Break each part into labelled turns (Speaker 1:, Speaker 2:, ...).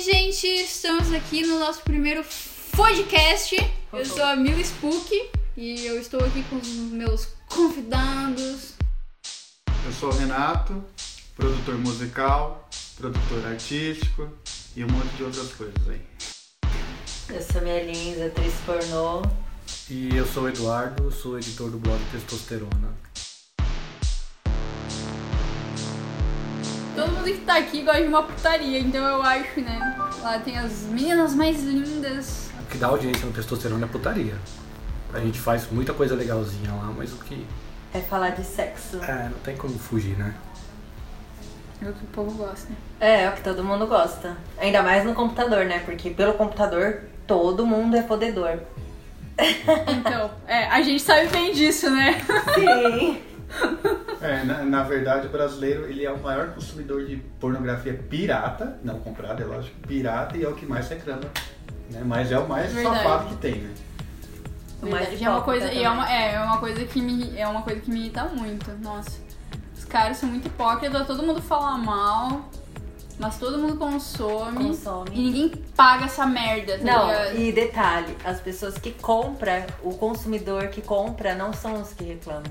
Speaker 1: gente, estamos aqui no nosso primeiro podcast. Eu sou a Mil Spook e eu estou aqui com os meus convidados.
Speaker 2: Eu sou o Renato, produtor musical, produtor artístico e um monte de outras coisas aí.
Speaker 3: Eu sou a Melins, atriz pornô.
Speaker 4: E eu sou o Eduardo, sou editor do blog Testosterona.
Speaker 1: Todo mundo que tá aqui gosta de uma putaria, então eu acho, né? Lá tem as meninas mais lindas.
Speaker 4: O que dá audiência no Testosterona é putaria. A gente faz muita coisa legalzinha lá, mas o que.
Speaker 3: É falar de sexo.
Speaker 4: É, não tem como fugir, né?
Speaker 1: É o que o povo gosta. né?
Speaker 3: É, é o que todo mundo gosta. Ainda mais no computador, né? Porque pelo computador todo mundo é podedor.
Speaker 1: Então, é, a gente sabe bem disso, né?
Speaker 3: Sim.
Speaker 2: É, na, na verdade, o brasileiro ele é o maior consumidor de pornografia pirata, não comprada, é lógico, pirata e é o que mais reclama. Né? Mas é o mais
Speaker 1: Verdade.
Speaker 2: safado que tem, né?
Speaker 3: Mais
Speaker 1: Verdade, é uma coisa, e é
Speaker 3: hipócrita
Speaker 1: uma, é, é uma coisa que me é uma coisa que me irrita muito. Nossa. Os caras são muito hipócritas, todo mundo fala mal, mas todo mundo consome. E
Speaker 3: Consome.
Speaker 1: ninguém paga essa merda, é tá
Speaker 3: Não,
Speaker 1: ligado?
Speaker 3: e detalhe, as pessoas que compram, o consumidor que compra não são os que reclamam.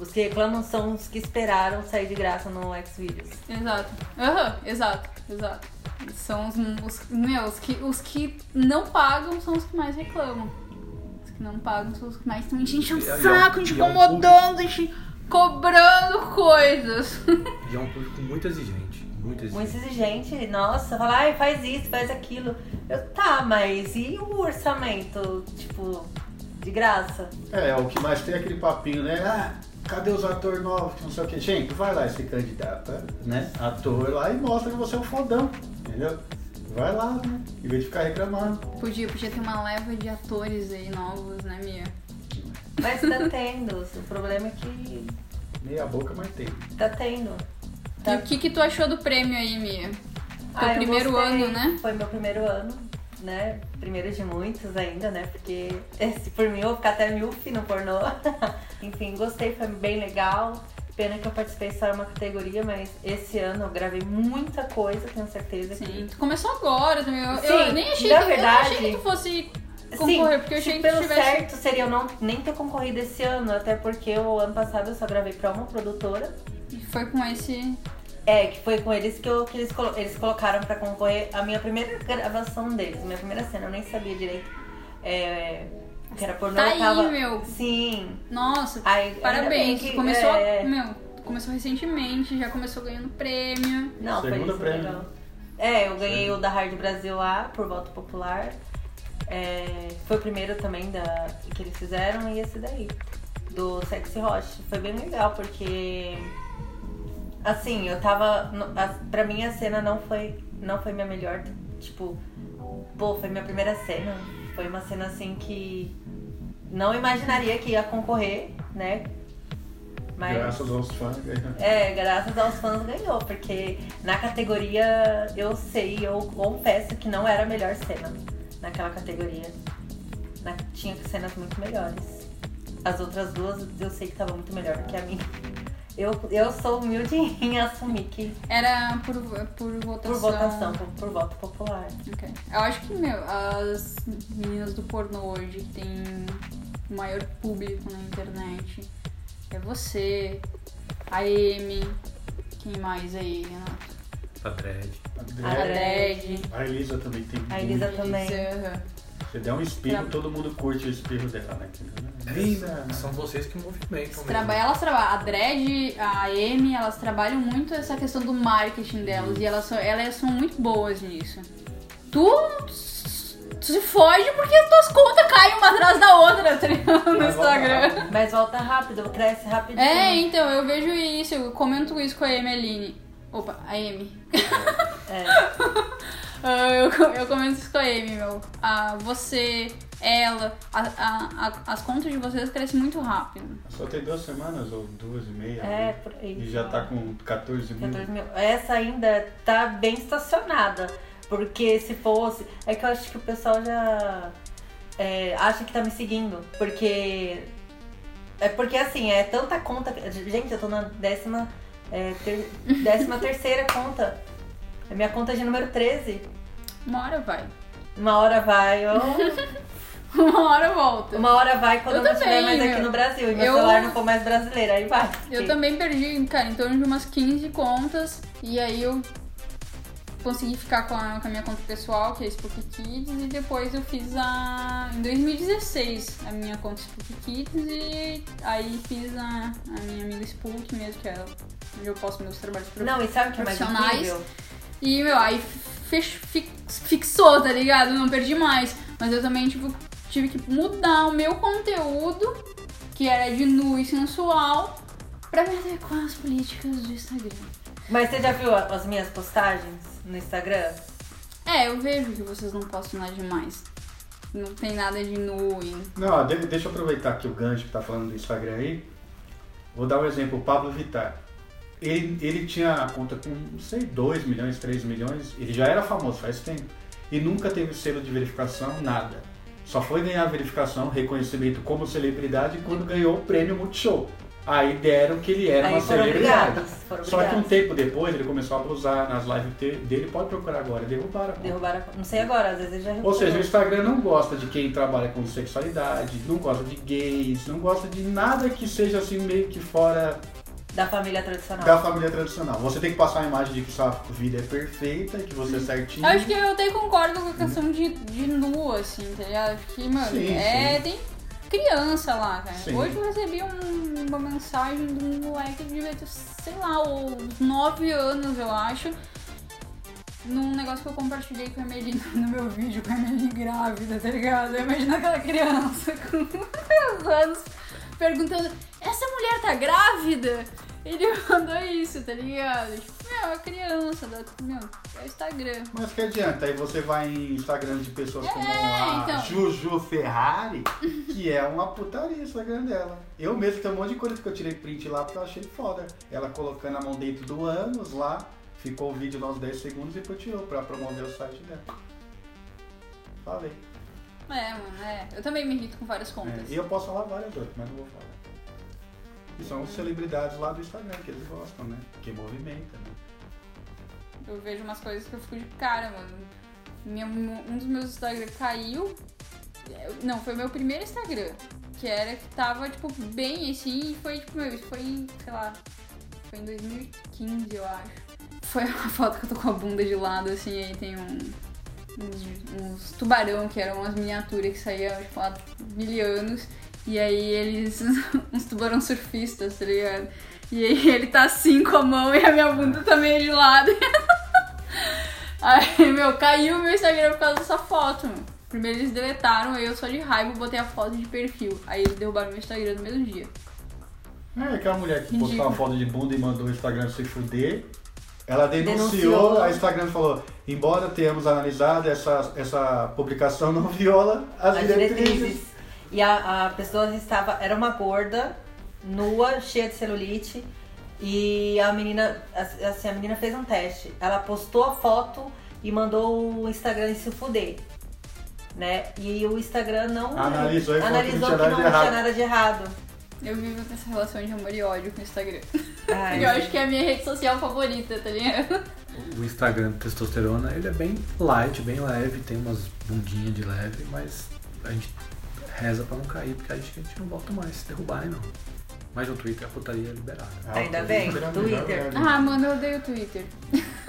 Speaker 3: Os que reclamam são os que esperaram sair de graça no Xvideos.
Speaker 1: Exato. Aham, exato, exato. São os, os, meu, os que, os que não pagam são os que mais reclamam. Os que não pagam são os que mais estão enchendo o
Speaker 4: E é- e é um-
Speaker 1: saco, gente
Speaker 4: e é um
Speaker 1: incomodando, gente cobrando coisas.
Speaker 4: E é um público muito exigente. Muito exigente.
Speaker 3: Muito exigente, nossa, fala, ai, faz isso, faz aquilo. Eu, tá, mas e o orçamento, tipo, de graça?
Speaker 2: É, o que mais tem é aquele papinho, né? Ah, cadê os atores novos, que não sei o quê. Gente, vai lá e se candidata, né? Ator lá e mostra que você é um fodão, entendeu? Vai lá, né? Em vez de ficar reclamando.
Speaker 1: Podia, podia ter uma leva de atores aí novos, né, Mia?
Speaker 3: Mas tá tendo, o problema é que
Speaker 2: Meia boca, mas tem.
Speaker 3: tá tendo.
Speaker 1: E o que, que tu achou do prêmio aí, Mia? Teu
Speaker 3: Ah, eu
Speaker 1: primeiro
Speaker 3: gostei.
Speaker 1: ano, né?
Speaker 3: Foi meu primeiro ano, né? Primeiro de muitos ainda, né? Porque se por mim eu vou ficar até milf no pornô. Enfim, gostei, foi bem legal. Pena que eu participei só em uma categoria, mas esse ano eu gravei muita coisa, tenho certeza
Speaker 1: Sim.
Speaker 3: que.
Speaker 1: Assim, Tu começou agora também. Eu, eu
Speaker 3: Sim,
Speaker 1: nem achei
Speaker 3: na
Speaker 1: que, eu não
Speaker 3: verdade-
Speaker 1: achei que tu fosse concorrer, porque eu
Speaker 3: se
Speaker 1: achei que tu
Speaker 3: pelo
Speaker 1: tivesse.
Speaker 3: certo seria eu não, nem ter concorrido esse ano, até porque o ano passado eu só gravei pra uma produtora.
Speaker 1: E Foi com esse.
Speaker 3: É, que foi com eles que, eu- que eles, colo- eles colocaram pra concorrer a minha primeira gravação deles, minha primeira cena, eu nem sabia direito. É, que era pornô,
Speaker 1: Tá
Speaker 3: eu
Speaker 1: aí,
Speaker 3: tava...
Speaker 1: meu.
Speaker 3: Sim.
Speaker 1: Nossa,
Speaker 3: Aí, ainda bem
Speaker 1: Parabéns,
Speaker 3: que-
Speaker 1: começou,
Speaker 3: é,
Speaker 1: meu, começou recentemente, já começou ganhando prêmio.
Speaker 3: Não, foi
Speaker 2: Segundo
Speaker 3: isso,
Speaker 2: prêmio.
Speaker 3: legal. É, eu ganhei o da Hard Brasil lá, por voto popular. É, foi o primeiro também da, que eles fizeram e esse daí, do Sexy Hot. Foi bem legal, porque... Assim, eu tava... no- a- Pra mim a cena não foi, não foi minha melhor, tipo... Pô, foi minha primeira cena. Foi uma cena assim que... Não imaginaria que ia concorrer, né? Mas...
Speaker 2: Graças aos fãs. né?
Speaker 3: É, graças aos fãs ganhou, porque na categoria eu sei, eu confesso que não era a melhor cena naquela categoria. Na- tinha cenas muito melhores. As outras duas eu sei que tava muito melhor do que a minha. Eu, eu sou humilde em assumir que
Speaker 1: Era por, por votação.
Speaker 3: por votação, por, por voto popular.
Speaker 1: Ok. Eu acho que, meu, as meninas do pornô hoje que tem o maior público na internet é você, a Amy, quem mais aí, Renato?
Speaker 4: Tá dread.
Speaker 1: A
Speaker 3: A
Speaker 1: Dredd.
Speaker 2: É. A Elisa também tem.
Speaker 3: Ah, né? A Elisa também.
Speaker 1: Elisa,
Speaker 2: Você der um espirro, todo mundo curte o espirro dela, né? Essa-
Speaker 4: É, São vocês que movimentam.
Speaker 1: Elas
Speaker 4: mesmo.
Speaker 1: traba- Elas trabalham, a Dredd, a Amy, elas trabalham muito essa questão do marketing delas e elas são, elas são muito boas nisso. Tu, tu se foge porque as tuas contas caem uma atrás da outra tá ligado? no
Speaker 2: Mas vamos
Speaker 1: Instagram.
Speaker 3: Mas volta rápido, cresce rapidinho.
Speaker 1: É, então, eu vejo isso, eu comento isso com a Emeline. Opa, a Amy.
Speaker 3: É.
Speaker 1: Ah, eu, co- eu comento isso com a Amy, meu. Ah, você, ela, a- a- a- as contas de vocês crescem muito rápido.
Speaker 2: Só tem duas semanas ou duas e meia.
Speaker 3: É,
Speaker 2: né?
Speaker 3: por aí.
Speaker 2: E já tá com 14 mil.
Speaker 3: 14 mil. Essa ainda tá bem estacionada. Porque se fosse. É que eu acho que o pessoal já é, acha que tá me seguindo. Porque. É porque assim, é tanta conta. Gente, eu tô na décima. é, ter- décima terceira conta. É minha conta de número 13.
Speaker 1: Uma hora vai.
Speaker 3: Uma hora vai, eu-
Speaker 1: Uma hora volta.
Speaker 3: uma hora vai quando eu,
Speaker 1: Eu
Speaker 3: não estiver
Speaker 1: também,
Speaker 3: mais aqui
Speaker 1: meu.
Speaker 3: no Brasil. E meu
Speaker 1: Eu-
Speaker 3: celular não for mais brasileiro, aí vai.
Speaker 1: Eu
Speaker 3: Sim.
Speaker 1: também perdi, cara, em torno de umas 15 contas. E aí eu consegui ficar com a, com a minha conta pessoal, que é Spook Kids. E depois eu fiz a. Em 2016, a minha conta Spook Kids. E aí fiz a, a minha amiga Spook mesmo, que é onde eu posto meus trabalhos pro
Speaker 3: Não, e sabe o que é mais
Speaker 1: Profissionais.
Speaker 3: incrível?
Speaker 1: E, meu, aí fech- fix- fixou, tá ligado? Não perdi mais. Mas eu também, tipo, tive que mudar o meu conteúdo, que era de nu e sensual, pra me adequar às políticas do Instagram.
Speaker 3: Mas você já viu a- as minhas postagens no Instagram?
Speaker 1: É, eu vejo que vocês não postam nada demais. Não tem nada de nu e...
Speaker 2: Não, de- deixa eu aproveitar aqui o gancho que tá falando do Instagram aí. Vou dar um exemplo, o Pablo Vittar. Ele, ele tinha a conta com, não sei, 2 milhões, 3 milhões. Ele já era famoso faz tempo. E nunca teve selo de verificação, nada. Só foi ganhar verificação, reconhecimento como celebridade quando ganhou o prêmio Multishow. Aí deram que ele era
Speaker 3: aí
Speaker 2: uma
Speaker 3: foram
Speaker 2: celebridade.
Speaker 3: obrigados. Foram
Speaker 2: Só que um
Speaker 3: obrigados.
Speaker 2: tempo depois ele começou a abusar nas lives te- dele. Pode procurar agora, derrubaram a conta.
Speaker 3: Derrubaram a conta. Não sei agora, às vezes ele já
Speaker 2: Ou seja, o
Speaker 3: recuperou.
Speaker 2: Instagram não gosta de quem trabalha com sexualidade, não gosta de gays, não gosta de nada que seja assim meio que fora
Speaker 3: da família tradicional.
Speaker 2: da família tradicional. Você tem que passar a imagem de que sua vida é perfeita, que você é certinho.
Speaker 1: Eu acho que eu até concordo com a questão de, de nu, assim, tá ligado? Porque, mano,
Speaker 2: Sim,
Speaker 1: é...
Speaker 2: sim.
Speaker 1: tem criança lá, cara.
Speaker 2: Sim.
Speaker 1: Hoje eu recebi um- uma mensagem de um moleque de, devia ter, sei lá, uns 9 anos, eu acho. Num negócio que eu compartilhei com a Emily no meu vídeo, com a Emily grávida, tá ligado? Eu imagino aquela criança com 10 anos perguntando, essa mulher tá grávida? Ele mandou isso, tá ligado? Tipo, meu, é criança, dá- meu, é o Instagram.
Speaker 2: Mas que adianta? Aí você vai em Instagram de pessoas como a
Speaker 1: então.
Speaker 2: Juju Ferrari, que é uma putaria o Instagram dela. Eu mesmo tenho um monte de coisa que eu tirei print lá porque eu achei foda. Ela colocando a mão dentro do ânus lá, ficou o vídeo lá uns 10 segundos e depois tirou pra promover o site dela. Falei.
Speaker 1: É, mano, é. Eu também me irrito com várias contas.
Speaker 2: É, e eu posso falar várias outras, mas não vou falar. E São celebridades lá do Instagram, que eles gostam, né? Que movimenta, né?
Speaker 1: Eu vejo umas coisas que eu fico de cara, mano. Minha- um dos meus Instagram caiu. É, Não, foi meu primeiro Instagram. Que era que tava, tipo, bem assim. E foi, tipo, meu, isso foi em, sei lá, foi em 2015, eu acho. Foi uma foto que eu tô com a bunda de lado, assim, aí tem um. Uns, uns tubarão, que eram umas miniaturas que saíam, tipo, há mil anos. E aí eles. uns tubarão surfistas, tá ligado? E aí ele tá assim com a mão e a minha bunda tá meio de lado. Aí, meu, caiu o meu Instagram por causa dessa foto, meu. Primeiro eles deletaram, aí eu só de raiva botei a foto de perfil. Aí eles derrubaram meu Instagram no mesmo dia.
Speaker 2: É, aquela mulher que
Speaker 1: Ridículo.
Speaker 2: postou uma foto de bunda e mandou o Instagram se fuder. Ela denunciou,
Speaker 3: Denunciou.
Speaker 2: a Instagram falou, embora tenhamos analisado essa, essa publicação não viola as,
Speaker 3: As
Speaker 2: diretrizes.
Speaker 3: diretrizes. E a, a pessoa estava. Era uma gorda, nua, cheia de celulite. E a menina. Assim, a menina fez um teste. Ela postou a foto e mandou o Instagram se fuder. Né? E o Instagram não.
Speaker 2: Analisou e falou que
Speaker 3: analisou
Speaker 2: não
Speaker 3: que não tinha
Speaker 2: tinha nada de errado.
Speaker 3: nada de errado.
Speaker 1: Eu vivo nessa relação de amor e ódio com o Instagram.
Speaker 3: Ai,
Speaker 1: Porque
Speaker 3: Ah,
Speaker 1: eu acho que é a minha rede social favorita, tá ligado?
Speaker 4: O Instagram do Testosterona, ele é bem light, bem leve, tem umas bundinhas de leve, mas a gente reza pra não cair, porque a gente, a gente não volta mais se derrubarem, não. Mas no Twitter a putaria é liberada.
Speaker 2: Ah,
Speaker 3: Tá Ainda
Speaker 2: o
Speaker 3: bem,
Speaker 2: Twitter é
Speaker 3: Twitter.
Speaker 2: melhor, né?
Speaker 1: Ah, mano, eu odeio o Twitter.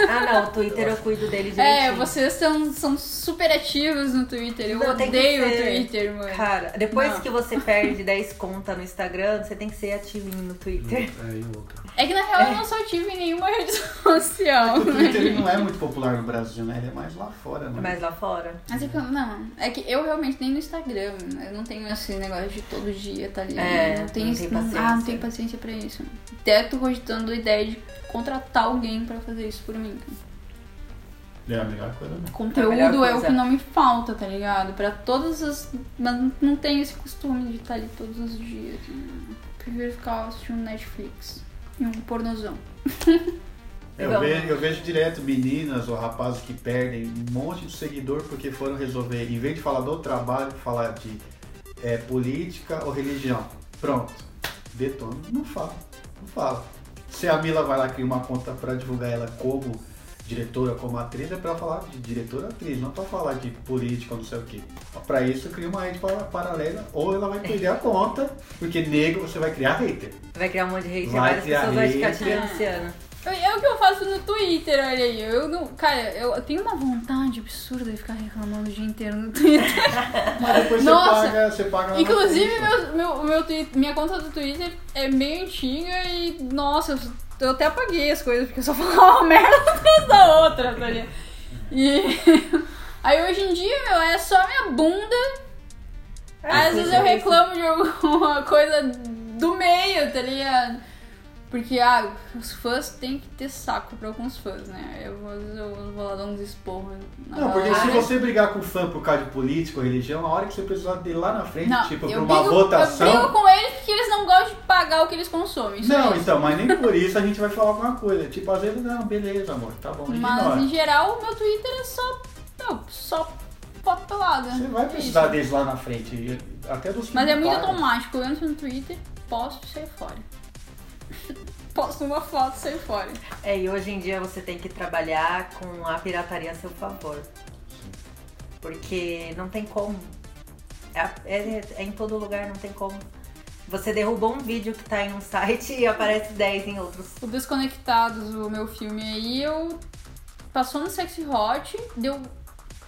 Speaker 3: Ah, não, o Twitter eu cuido dele direitinho.
Speaker 1: É, vocês são, são super ativos no Twitter. Eu
Speaker 3: Não, tem que
Speaker 1: odeio o
Speaker 3: ser.
Speaker 1: Twitter, mano.
Speaker 3: Cara, depois
Speaker 1: Não.
Speaker 3: que você perde 10 contas no Instagram, você tem que ser ativinho no Twitter.
Speaker 4: É, e outra.
Speaker 1: É que na real eu não sou ativa em nenhuma rede social.
Speaker 2: O Twitter ele não é muito popular no Brasil, né? Ele é mais lá fora,
Speaker 1: Hum.
Speaker 2: né?
Speaker 3: Mas lá fora.
Speaker 1: Mas é que eu, não, é que eu realmente nem no Instagram, eu não tenho esse negócio de todo dia, tá ligado?
Speaker 3: É,
Speaker 1: não tenho
Speaker 3: não
Speaker 1: esse-
Speaker 3: tem
Speaker 1: não-
Speaker 3: paciência.
Speaker 1: Ah, não tenho paciência pra isso. Até tô cogitando a ideia de contratar alguém pra fazer isso por mim.
Speaker 2: É a melhor coisa, né?
Speaker 3: melhor
Speaker 1: Conteúdo é, o
Speaker 3: coisa.
Speaker 1: que não me falta, tá ligado? Pra todas as. Mas não- não tenho esse costume de estar ali todos os dias. né? Prefiro ficar assistindo Netflix e um pornozão.
Speaker 2: Eu,
Speaker 3: Legal.
Speaker 2: ve- É, eu vejo direto meninas ou rapazes que perdem um monte de seguidor porque foram resolver, em vez de falar do trabalho, falar de é, política ou religião. Pronto. Detona. Não fala. Não fala. Se a Mila vai lá criar uma conta pra divulgar ela como diretora como atriz é pra falar de diretora atriz, não pra falar de política, não sei o quê. Pra isso cria uma rede para- paralela ou ela vai perder a conta, porque negro você vai criar hater.
Speaker 3: Vai criar um monte de hate,
Speaker 2: Vai
Speaker 3: várias
Speaker 2: criar
Speaker 3: pessoas vão ficar
Speaker 2: hate.
Speaker 3: tirando esse ano.
Speaker 1: Eu- É o que eu faço no Twitter, olha aí. Eu não, cara, eu eu tenho uma vontade absurda de ficar reclamando o dia inteiro no Twitter.
Speaker 2: Mas depois você
Speaker 1: Nossa!
Speaker 2: paga, você paga lá na
Speaker 1: Inclusive, meu,
Speaker 2: frente.
Speaker 1: meu, meu Twi- minha conta do Twitter é meio antiga e, nossa, eu, eu até apaguei as coisas porque eu só falava uma merda atrás da outra, tá ligado? E aí hoje em dia, meu, é só minha bunda. É.
Speaker 3: É,
Speaker 1: Às vezes eu reclamo de alguma coisa do meio, tá ligado? Porque, ah, os fãs têm que ter saco pra alguns fãs, né? Eu vou, eu vou lá dar uns esporros. na
Speaker 2: Não, porque se
Speaker 1: galera.
Speaker 2: você brigar com fã por causa de política ou religião, a hora que você precisar dele lá na frente,
Speaker 1: Não,
Speaker 2: tipo,
Speaker 1: eu
Speaker 2: pra uma
Speaker 1: brigo- Eu brigo
Speaker 2: votação.
Speaker 1: com eles porque eles não gostam de pagar o que eles consomem. Isso
Speaker 2: Não,
Speaker 1: é isso.
Speaker 2: então, mas nem por isso a gente vai falar alguma coisa. Tipo, às vezes, não, beleza, amor, tá bom, ignora.
Speaker 1: Mas em geral, o meu Twitter é só. Não, só foto pelada.
Speaker 2: Você vai
Speaker 1: É
Speaker 2: precisar
Speaker 1: isso.
Speaker 2: deles lá na frente, e até dos que
Speaker 1: Mas é
Speaker 2: não
Speaker 1: muito
Speaker 2: pagam.
Speaker 1: automático. Eu entro no Twitter, posto e saio fora. posto uma foto e saio fora.
Speaker 3: É, e hoje em dia você tem que trabalhar com a pirataria a seu favor. Porque não tem como. É, é- é em todo lugar, não tem como. Você derrubou um vídeo que tá em um site e aparece 10 em outros.
Speaker 1: O Desconectados, o meu filme aí, eu. Passou no Sexy Hot, deu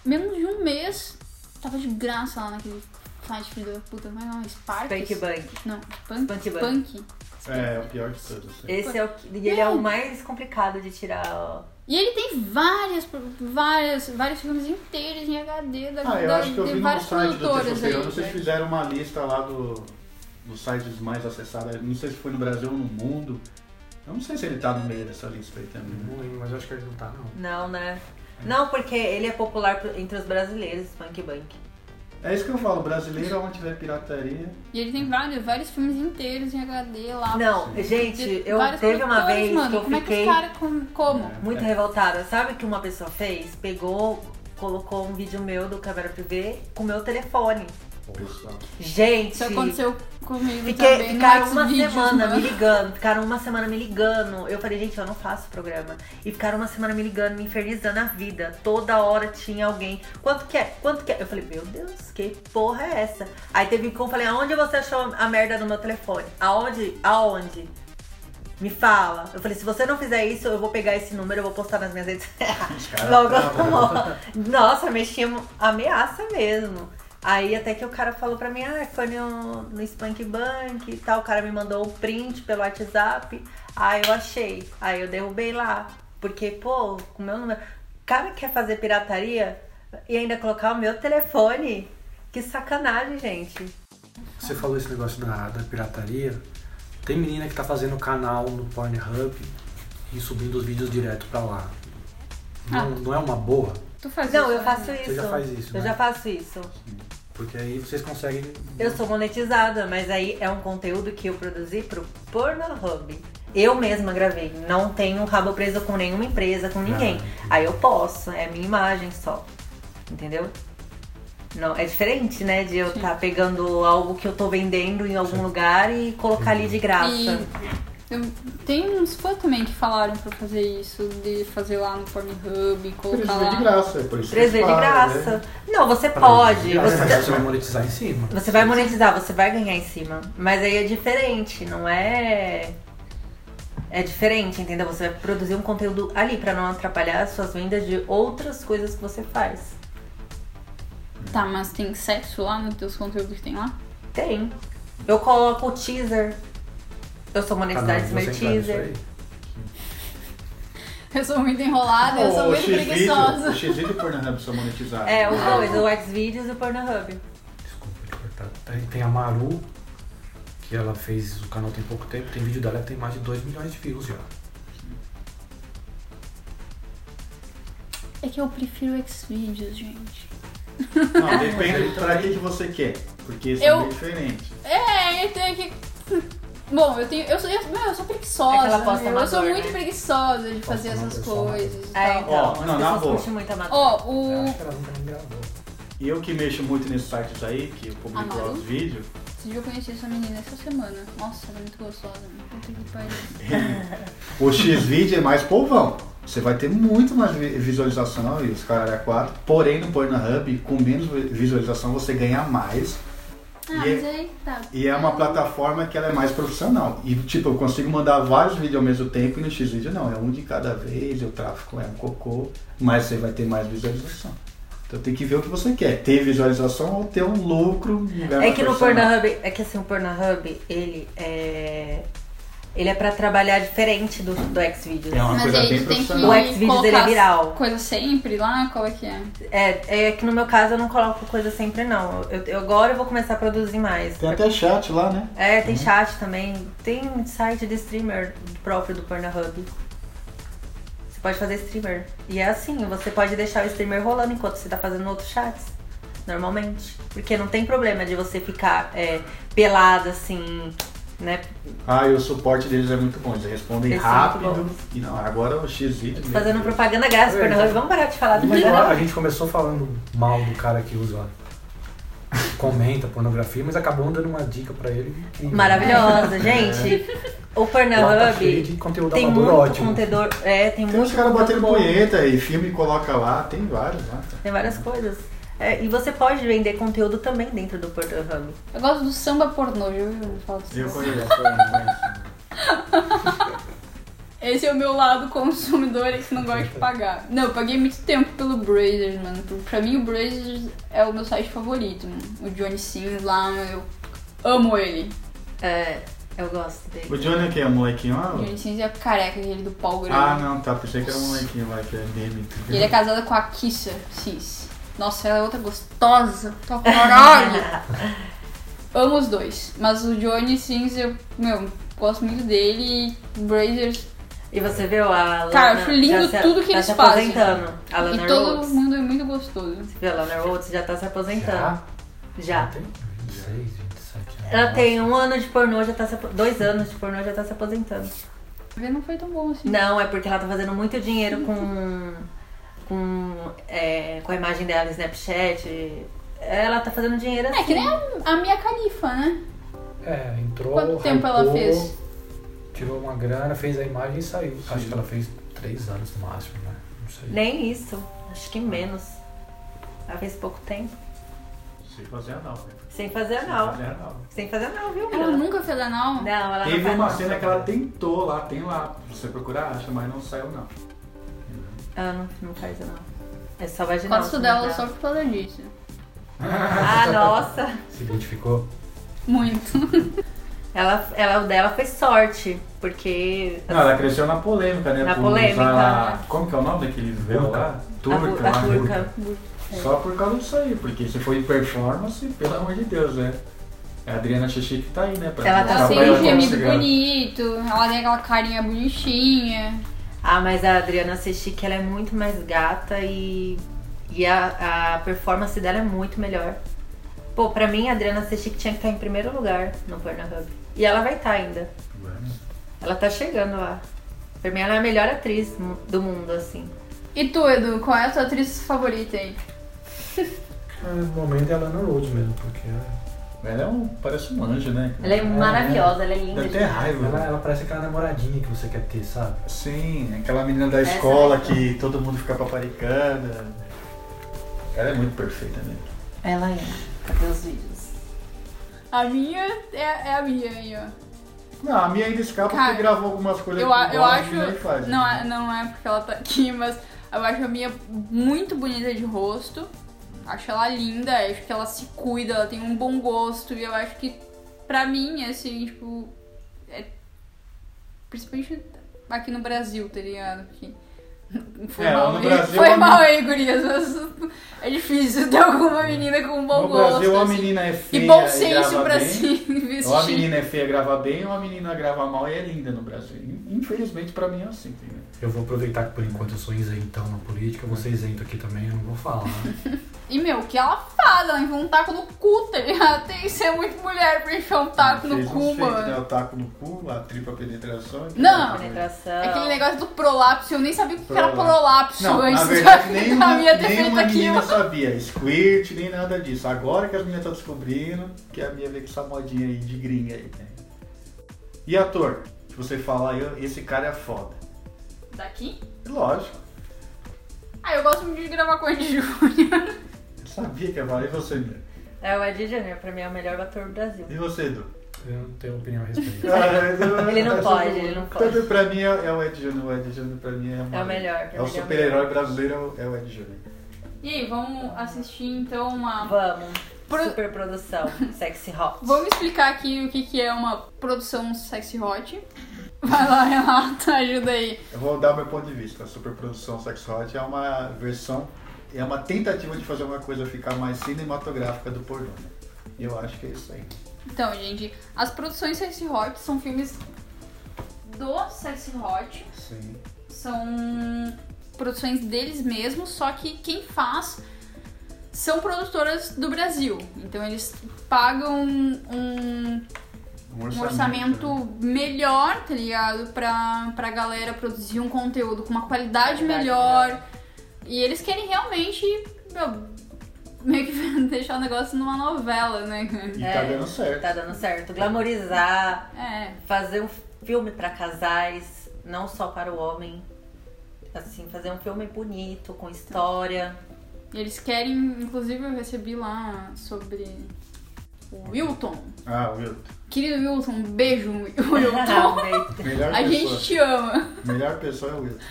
Speaker 1: menos de um mês. Tava de graça lá naquele site, filho da puta. é Mas não, Sparks?
Speaker 3: Fake Bang.
Speaker 1: Não, Punk.
Speaker 3: Spunk Bang.
Speaker 1: Punk.
Speaker 2: É, é o pior de todos. né?
Speaker 3: Esse é o que, e ele é o mais complicado de tirar. ó.
Speaker 1: E ele tem várias, várias, vários filmes inteiros em HD da,
Speaker 2: Ah, eu
Speaker 1: da-
Speaker 2: acho que eu
Speaker 1: de
Speaker 2: vi no
Speaker 1: várias
Speaker 2: site do
Speaker 1: produtoras aí.
Speaker 2: Testosterona, vocês fizeram uma lista lá do, dos sites mais acessados, não sei se foi no Brasil ou no mundo. Eu não sei se ele tá no meio dessa lista aí também, né?
Speaker 4: Não lembro, mas eu acho que ele não tá, não.
Speaker 3: Não, né? Não, porque ele é popular pro- entre os brasileiros, Funk Bank.
Speaker 2: É isso que eu falo, brasileiro, onde tiver pirataria,
Speaker 1: E ele tem vários, vários filmes inteiros em HD lá.
Speaker 3: Não,
Speaker 1: De-
Speaker 3: gente,
Speaker 1: de
Speaker 3: eu
Speaker 1: várias
Speaker 3: teve uma
Speaker 1: produtoras,
Speaker 3: vez
Speaker 1: mano,
Speaker 3: que eu
Speaker 1: como
Speaker 3: fiquei. É.
Speaker 1: é que os caras. com- Como?
Speaker 3: muito revoltada. Sabe o que uma pessoa fez? Pegou, colocou um vídeo meu do câmera privê com meu telefone.
Speaker 2: o pessoal.
Speaker 3: Gente,
Speaker 1: Isso aconteceu comigo
Speaker 3: fiquei,
Speaker 1: também. é
Speaker 3: ficaram
Speaker 1: no
Speaker 3: uma
Speaker 1: Xvideos,
Speaker 3: semana
Speaker 1: mano.
Speaker 3: me ligando, ficaram uma semana me ligando. Eu falei, gente, eu não faço programa. E ficaram uma semana me ligando, me infernizando a vida. Toda hora tinha alguém. Quanto que é? Quanto que é? Eu falei, meu Deus, que porra é essa? Aí teve um que eu falei, aonde você achou a merda no meu telefone? Aonde? Aonde? Me fala. Eu falei, se você não fizer isso, eu vou pegar esse número, eu vou postar nas minhas redes.
Speaker 2: caras
Speaker 3: Logo,
Speaker 4: tá
Speaker 2: travam.
Speaker 3: nossa, mexia mu- ameaça mesmo. Aí até que o cara falou pra mim, ah, foi no, no Spunk Bank e tal. O cara me mandou o print pelo WhatsApp. Aí eu achei. Aí eu derrubei lá. Porque, pô, com o meu número. O cara quer fazer pirataria e ainda colocar o meu telefone. Que sacanagem, gente.
Speaker 4: Você falou esse negócio da, da pirataria. Tem menina que tá fazendo canal no Pornhub e subindo os vídeos direto pra lá.
Speaker 3: Ah.
Speaker 4: Não, não é uma boa,
Speaker 1: Tu faz
Speaker 3: Não,
Speaker 1: isso,
Speaker 3: eu
Speaker 1: né?
Speaker 3: faço isso.
Speaker 4: já faz isso,
Speaker 3: Eu
Speaker 4: né?
Speaker 3: já faço isso.
Speaker 4: porque aí vocês conseguem.
Speaker 3: Eu sou monetizada, mas aí é um conteúdo que eu produzi pro Pornhub. Eu mesma gravei, não tenho um rabo preso com nenhuma empresa, com ninguém.
Speaker 4: Ah.
Speaker 3: Aí eu posso, é minha imagem só. Entendeu? Não, é diferente, né, de eu estar pegando algo que eu tô vendendo em algum lugar e colocar ali de graça.
Speaker 1: E eu- tem uns fãs também que falaram pra fazer isso, de fazer lá no Pornhub e
Speaker 2: Por
Speaker 1: colocar
Speaker 2: isso é de
Speaker 1: lá.
Speaker 2: graça, é por isso que
Speaker 3: 3 vezes de
Speaker 2: fala,
Speaker 3: graça.
Speaker 2: né?
Speaker 3: Não, você
Speaker 4: Pra-
Speaker 3: pode.
Speaker 4: Ah, Mas
Speaker 3: Você,
Speaker 4: Você vai monetizar em cima.
Speaker 3: você vai monetizar, você vai ganhar em cima. Mas aí é diferente, não é. É diferente, entendeu? Você vai produzir um conteúdo ali pra não atrapalhar as suas vendas de outras coisas que você faz.
Speaker 1: Tá, mas tem sexo lá nos teus conteúdos que tem lá?
Speaker 3: Tem. Eu coloco o teaser. Eu sou
Speaker 4: Ah, não,
Speaker 3: monetizada
Speaker 4: você
Speaker 3: desse meu
Speaker 4: entrar nisso
Speaker 3: teaser.
Speaker 4: aí.
Speaker 1: Eu sou muito enrolada, Ah, eu sou
Speaker 2: O
Speaker 1: muito
Speaker 2: X-Video-
Speaker 1: preguiçosa.
Speaker 2: O X-Video e o Pornhub são monetizados.
Speaker 3: É, os dois, o Xvideos e o Pornhub.
Speaker 4: Desculpa te cortar. Tem, tem a Maru, que ela fez o canal tem pouco tempo, tem vídeo dela que tem mais de 2 milhões de views já.
Speaker 1: É que eu prefiro Xvideos, gente.
Speaker 2: Não, depende pra que que você quer, porque são
Speaker 1: Eu-
Speaker 2: bem diferentes.
Speaker 1: É, eu tenho que. Bom, eu tenho. Eu sou, eu, meu, eu sou preguiçosa.
Speaker 3: É que ela posta
Speaker 1: meu, eu sou
Speaker 3: amador,
Speaker 1: muito
Speaker 3: né?
Speaker 1: preguiçosa de fazer
Speaker 4: amador,
Speaker 1: essas
Speaker 4: só amador.
Speaker 1: coisas. e
Speaker 3: É,
Speaker 1: tal.
Speaker 3: então,
Speaker 2: Ó,
Speaker 3: as
Speaker 2: não, na
Speaker 3: pessoas
Speaker 2: boa.
Speaker 3: curtem muito a matéria.
Speaker 1: Ó,
Speaker 4: Eu
Speaker 1: o.
Speaker 4: acho que ela nunca nem gravou.
Speaker 2: E eu que mexo muito nesses sites aí, que eu publico lá
Speaker 1: Amaru?
Speaker 2: os vídeos,
Speaker 1: Esse dia eu conheci essa menina essa semana. Ah, Nossa, ela é muito gostosa. Puta que pariu.
Speaker 2: o X-Video é mais polvão. Você vai ter muito mais vi- visualização e os caras é 4, porém no Pornhub, com menos vi- visualização você ganha mais.
Speaker 1: Ah,
Speaker 2: E-
Speaker 1: mas aí tá.
Speaker 2: E é uma plataforma que ela é mais profissional. E tipo, eu consigo mandar vários vídeos ao mesmo tempo e no Xvideo não, é um de cada vez, o tráfico é um cocô, mas você vai ter mais visualização. Então tem que ver o que você quer, ter visualização ou ter um lucro. em lugar né?
Speaker 3: É
Speaker 2: mais
Speaker 3: que no
Speaker 2: profissional.
Speaker 3: Pornhub, é que assim, o Pornhub, ele é. Ele é pra trabalhar diferente do, do Xvideos.
Speaker 2: É uma
Speaker 1: Mas
Speaker 2: coisa
Speaker 1: aí
Speaker 2: bem
Speaker 1: tu tem que
Speaker 2: profissional.
Speaker 3: O Xvideos,
Speaker 1: colocar
Speaker 3: ele é viral.
Speaker 1: coisa sempre lá, qual é que é?
Speaker 3: É, é que no meu caso eu não coloco coisa sempre, não. Eu, eu- agora eu vou começar a produzir mais.
Speaker 2: Tem até chat lá, né?
Speaker 3: É, tem chat também. Tem site de streamer próprio do Pornhub. Você pode fazer streamer. E é assim, você pode deixar o streamer rolando enquanto você tá fazendo outros chats. Normalmente. Porque não tem problema de você ficar é, pelado assim, né?
Speaker 2: Ah, e o suporte deles é muito bom, eles respondem
Speaker 3: Eles são muito
Speaker 2: rápido.
Speaker 3: bons. Tá
Speaker 2: E não, agora o X-Video. mesmo.
Speaker 3: Fazendo propaganda grátis do Pornhub. Vamos parar de falar do
Speaker 4: Mas
Speaker 3: Pornhub.
Speaker 4: a gente começou falando mal do cara que usa, comenta pornografia, mas acabou dando uma dica pra ele. que-
Speaker 3: Maravilhosa, gente. O
Speaker 4: Lá tá cheio
Speaker 3: Pornhub
Speaker 4: de conteúdo
Speaker 3: tem
Speaker 4: amador
Speaker 3: muito
Speaker 4: ótimo.
Speaker 3: conteúdo. É, tem,
Speaker 2: Tem
Speaker 3: muito
Speaker 2: uns caras batendo
Speaker 3: conteúdo bom.
Speaker 2: punheta e filme coloca lá, tem vários lá.
Speaker 3: Tem várias coisas. É, e você pode vender conteúdo também dentro do Pornhub.
Speaker 1: Eu gosto do samba pornô, já ouviu falar disso?
Speaker 2: Eu conheço.
Speaker 1: Esse é o meu lado consumidor que não gosta de pagar. Não, eu paguei muito tempo pelo Brazers, mano. Pra- Pra mim o Brazers é o meu site favorito, mano. O Johnny Sims lá, eu amo ele.
Speaker 3: É, eu gosto dele.
Speaker 2: o Johnny é que é um molequinho lá?
Speaker 1: O
Speaker 2: ou-
Speaker 1: Johnny Sims é careca, aquele do pau grande.
Speaker 2: Ah, não, tá. Pensei que era um molequinho lá que é meme.
Speaker 1: E ele é casado com a Kissa Sis. Nossa, ela é outra gostosa. Pra caralho. Amo os dois. Mas o Johnny Sims, eu, meu, gosto muito dele. E Brazers.
Speaker 3: E você viu a Lana...
Speaker 1: Cara, eu acho lindo
Speaker 3: já se-
Speaker 1: tudo que
Speaker 3: tá
Speaker 1: eles
Speaker 3: se
Speaker 1: fazem.
Speaker 3: aposentando. A Lana
Speaker 1: e todo
Speaker 3: Rhodes.
Speaker 1: mundo é muito gostoso.
Speaker 3: Viu? A Lana Rhodes já tá se aposentando.
Speaker 4: Já?
Speaker 3: Já.
Speaker 4: Tem 26, 27 anos.
Speaker 3: Ela tem um ano de pornô, já tá se apo- Dois anos de pornô, já tá se aposentando.
Speaker 1: Ele não foi tão bom assim.
Speaker 3: Não, é porque ela tá fazendo muito dinheiro com... Com, é, com a imagem dela no Snapchat. Ela tá fazendo dinheiro assim.
Speaker 1: É que nem a, a minha califa, né?
Speaker 4: É, entrou.
Speaker 1: Quanto tempo ela
Speaker 4: hypou,
Speaker 1: fez?
Speaker 4: Tirou uma grana, fez a imagem e saiu. Acho que ela fez 3 anos no máximo, né? Não sei.
Speaker 3: Nem isso. Acho que menos. Ela fez pouco tempo.
Speaker 2: Sem fazer anal, né?
Speaker 3: Sem fazer
Speaker 2: Sem
Speaker 3: anal.
Speaker 2: fazer anal.
Speaker 3: Sem fazer anal, viu,
Speaker 1: Ela
Speaker 3: Mila?
Speaker 1: nunca fez anal.
Speaker 3: Não, ela não
Speaker 2: Teve
Speaker 3: faz
Speaker 2: uma
Speaker 3: anal.
Speaker 2: cena que ela tentou lá, tem lá. Se você procurar, acha, mas não saiu, não.
Speaker 3: Ela não, não faz anal. É só vaginal.
Speaker 1: Gosto
Speaker 3: se
Speaker 1: dela
Speaker 3: não
Speaker 1: só
Speaker 3: dá.
Speaker 1: por causa disso.
Speaker 3: né? Ah, nossa.
Speaker 4: Se identificou.
Speaker 1: Muito.
Speaker 3: Ela, ela, o dela foi sorte, porque...
Speaker 2: Não, ela cresceu na polêmica, né?
Speaker 3: Na
Speaker 2: Por
Speaker 3: polêmica,
Speaker 2: usar-
Speaker 3: né?
Speaker 2: Como que é o nome daquele véu lá?
Speaker 3: a
Speaker 2: Turca.
Speaker 3: bu- a,
Speaker 2: lá.
Speaker 3: turca. é.
Speaker 2: Só por causa disso aí, porque se for em performance, pelo amor de Deus, né? É a Adriana Xixi que tá aí, né? Pra
Speaker 3: Ela tá
Speaker 1: Ela tem
Speaker 3: ela
Speaker 1: um
Speaker 3: tá
Speaker 1: gemido
Speaker 2: chegar.
Speaker 1: bonito. Ela tem aquela carinha bonitinha.
Speaker 3: Ah, mas a Adriana assisti que ela é muito mais gata e... E a, a performance dela é muito melhor. Pô, pra mim, a Adriana Sechik tinha que estar em primeiro lugar no Pornhub. E ela vai estar ainda. Ela tá chegando lá. Pra mim, ela é a melhor atriz mu- do mundo, assim.
Speaker 1: E tu, Edu, qual é a tua atriz favorita aí?
Speaker 4: É, no momento é a Lana Rhodes mesmo, porque ela,
Speaker 2: Ela é um, parece um anjo, né?
Speaker 3: Ela é maravilhosa, ela é
Speaker 2: Dá
Speaker 3: linda.
Speaker 2: até
Speaker 3: demais.
Speaker 2: raiva. né?
Speaker 4: ela, ela parece aquela namoradinha que você quer ter, sabe?
Speaker 2: Sim, aquela menina da
Speaker 3: Essa
Speaker 2: escola
Speaker 3: mesmo.
Speaker 2: que todo mundo fica paparicando. Ela é muito perfeita, né?
Speaker 3: Ela é. Cadê os vídeos?
Speaker 1: A minha é, é a minha aí, ó.
Speaker 2: Não, a minha ainda escapa
Speaker 1: Cara,
Speaker 2: porque gravou algumas coisas
Speaker 1: Eu,
Speaker 2: que
Speaker 1: a- eu
Speaker 2: gosta
Speaker 1: acho.
Speaker 2: né, e aí faz.
Speaker 1: Não, é- não é porque ela tá aqui, mas eu acho a minha muito bonita de rosto. Acho ela linda, acho que ela se cuida, ela tem um bom gosto. E eu acho que, pra mim, assim, tipo. É, principalmente aqui no Brasil, tá ligado? Porque- Foi,
Speaker 2: É,
Speaker 1: mal,
Speaker 2: no
Speaker 1: aí-
Speaker 2: Brasil,
Speaker 1: foi
Speaker 2: a
Speaker 1: mal aí, gurias, mas é difícil ter alguma menina com um bom
Speaker 2: No
Speaker 1: gosto.
Speaker 2: Brasil, a
Speaker 1: assim.
Speaker 2: menina é feia
Speaker 1: e bom
Speaker 2: e
Speaker 1: senso
Speaker 2: grava
Speaker 1: pra
Speaker 2: bem.
Speaker 1: se
Speaker 2: Ou a
Speaker 1: vestir.
Speaker 2: menina é feia, grava bem, ou a menina grava mal e é linda no Brasil. Infelizmente, pra mim é assim, entendeu?
Speaker 4: Eu vou aproveitar que por enquanto eu sou isentão na política, eu vou ser isento aqui também, eu não vou falar. né?
Speaker 1: E, meu, o que ela faz? Ela enfia um taco no cu, tá ligado? Tem que ser muito mulher pra enfiar um taco no
Speaker 2: Fez uns
Speaker 1: cu,
Speaker 2: feitos, né?
Speaker 1: mano.
Speaker 2: O taco no cu, a tripla penetração. e-
Speaker 1: Não.
Speaker 3: Penetração.
Speaker 1: É Aquele negócio do prolapso, eu nem sabia o que era prolapso
Speaker 2: Prolapso. Não,
Speaker 1: antes
Speaker 2: na verdade,
Speaker 1: da-
Speaker 2: nem
Speaker 1: da
Speaker 2: uma,
Speaker 1: minha ter
Speaker 2: nem
Speaker 1: feito
Speaker 2: uma menina
Speaker 1: aquilo.
Speaker 2: sabia. Squirt, nem nada disso. Agora que as meninas estão descobrindo que a Bia veio com essa modinha aí de gringa aí. né? E ator? Se você falar, eu, esse cara é foda.
Speaker 1: Daqui?
Speaker 2: Lógico.
Speaker 1: Ah, eu gosto muito de gravar com o Andy Júnior.
Speaker 2: Eu sabia que ia falar. E você, André?
Speaker 3: É o Ed Junior, pra mim é o melhor ator do Brasil.
Speaker 2: E você, Edu? Ah,
Speaker 4: Eu não tenho opinião a respeito.
Speaker 2: ele
Speaker 3: Ele não pode, ele não pode.
Speaker 2: Tanto pra mim é, é o Ed Júnior. O Ed Júnior pra mim é, uma-
Speaker 3: o melhor, pra mim é
Speaker 2: É o
Speaker 3: o
Speaker 2: super-herói
Speaker 3: melhor.
Speaker 2: brasileiro, é o- é o Ed Júnior.
Speaker 1: E aí, vamos assistir então uma.
Speaker 3: Vamos.
Speaker 1: Pro-
Speaker 3: Super produção. Sexy Hot.
Speaker 1: Vamos explicar aqui o que, que é uma produção sexy hot. Vai lá, Renata, ajuda aí.
Speaker 2: Eu vou dar meu ponto de vista. A superprodução Sex Hot é uma versão, é uma tentativa de fazer uma coisa ficar mais cinematográfica do pornô. né? E eu acho que é isso aí.
Speaker 1: Então, gente, as produções sexy hot são filmes do sexy hot.
Speaker 2: Sim.
Speaker 1: São produções deles mesmos, só que quem faz são produtoras do Brasil. Então eles pagam um
Speaker 2: Um
Speaker 1: um orçamento melhor, tá ligado? Pra, pra galera produzir um conteúdo com uma qualidade
Speaker 3: Qualidade
Speaker 1: melhor.
Speaker 3: melhor.
Speaker 1: E eles querem realmente meu, meio que deixar o negócio numa novela, né?
Speaker 2: né? E tá
Speaker 3: É.
Speaker 2: dando certo.
Speaker 3: Tá dando certo. Glamorizar.
Speaker 1: É.
Speaker 3: fazer um filme pra casais, não só para o homem. Assim, fazer um filme bonito, com história.
Speaker 1: E eles querem, inclusive eu recebi lá sobre o Wilton.
Speaker 2: Ah, Wilton.
Speaker 1: Querido Wilton, um beijo,
Speaker 3: Ah, um
Speaker 1: Wilton.
Speaker 3: Realmente.
Speaker 2: Melhor
Speaker 1: A
Speaker 2: pessoa.
Speaker 1: gente te ama.
Speaker 2: Melhor pessoa é o Wilton.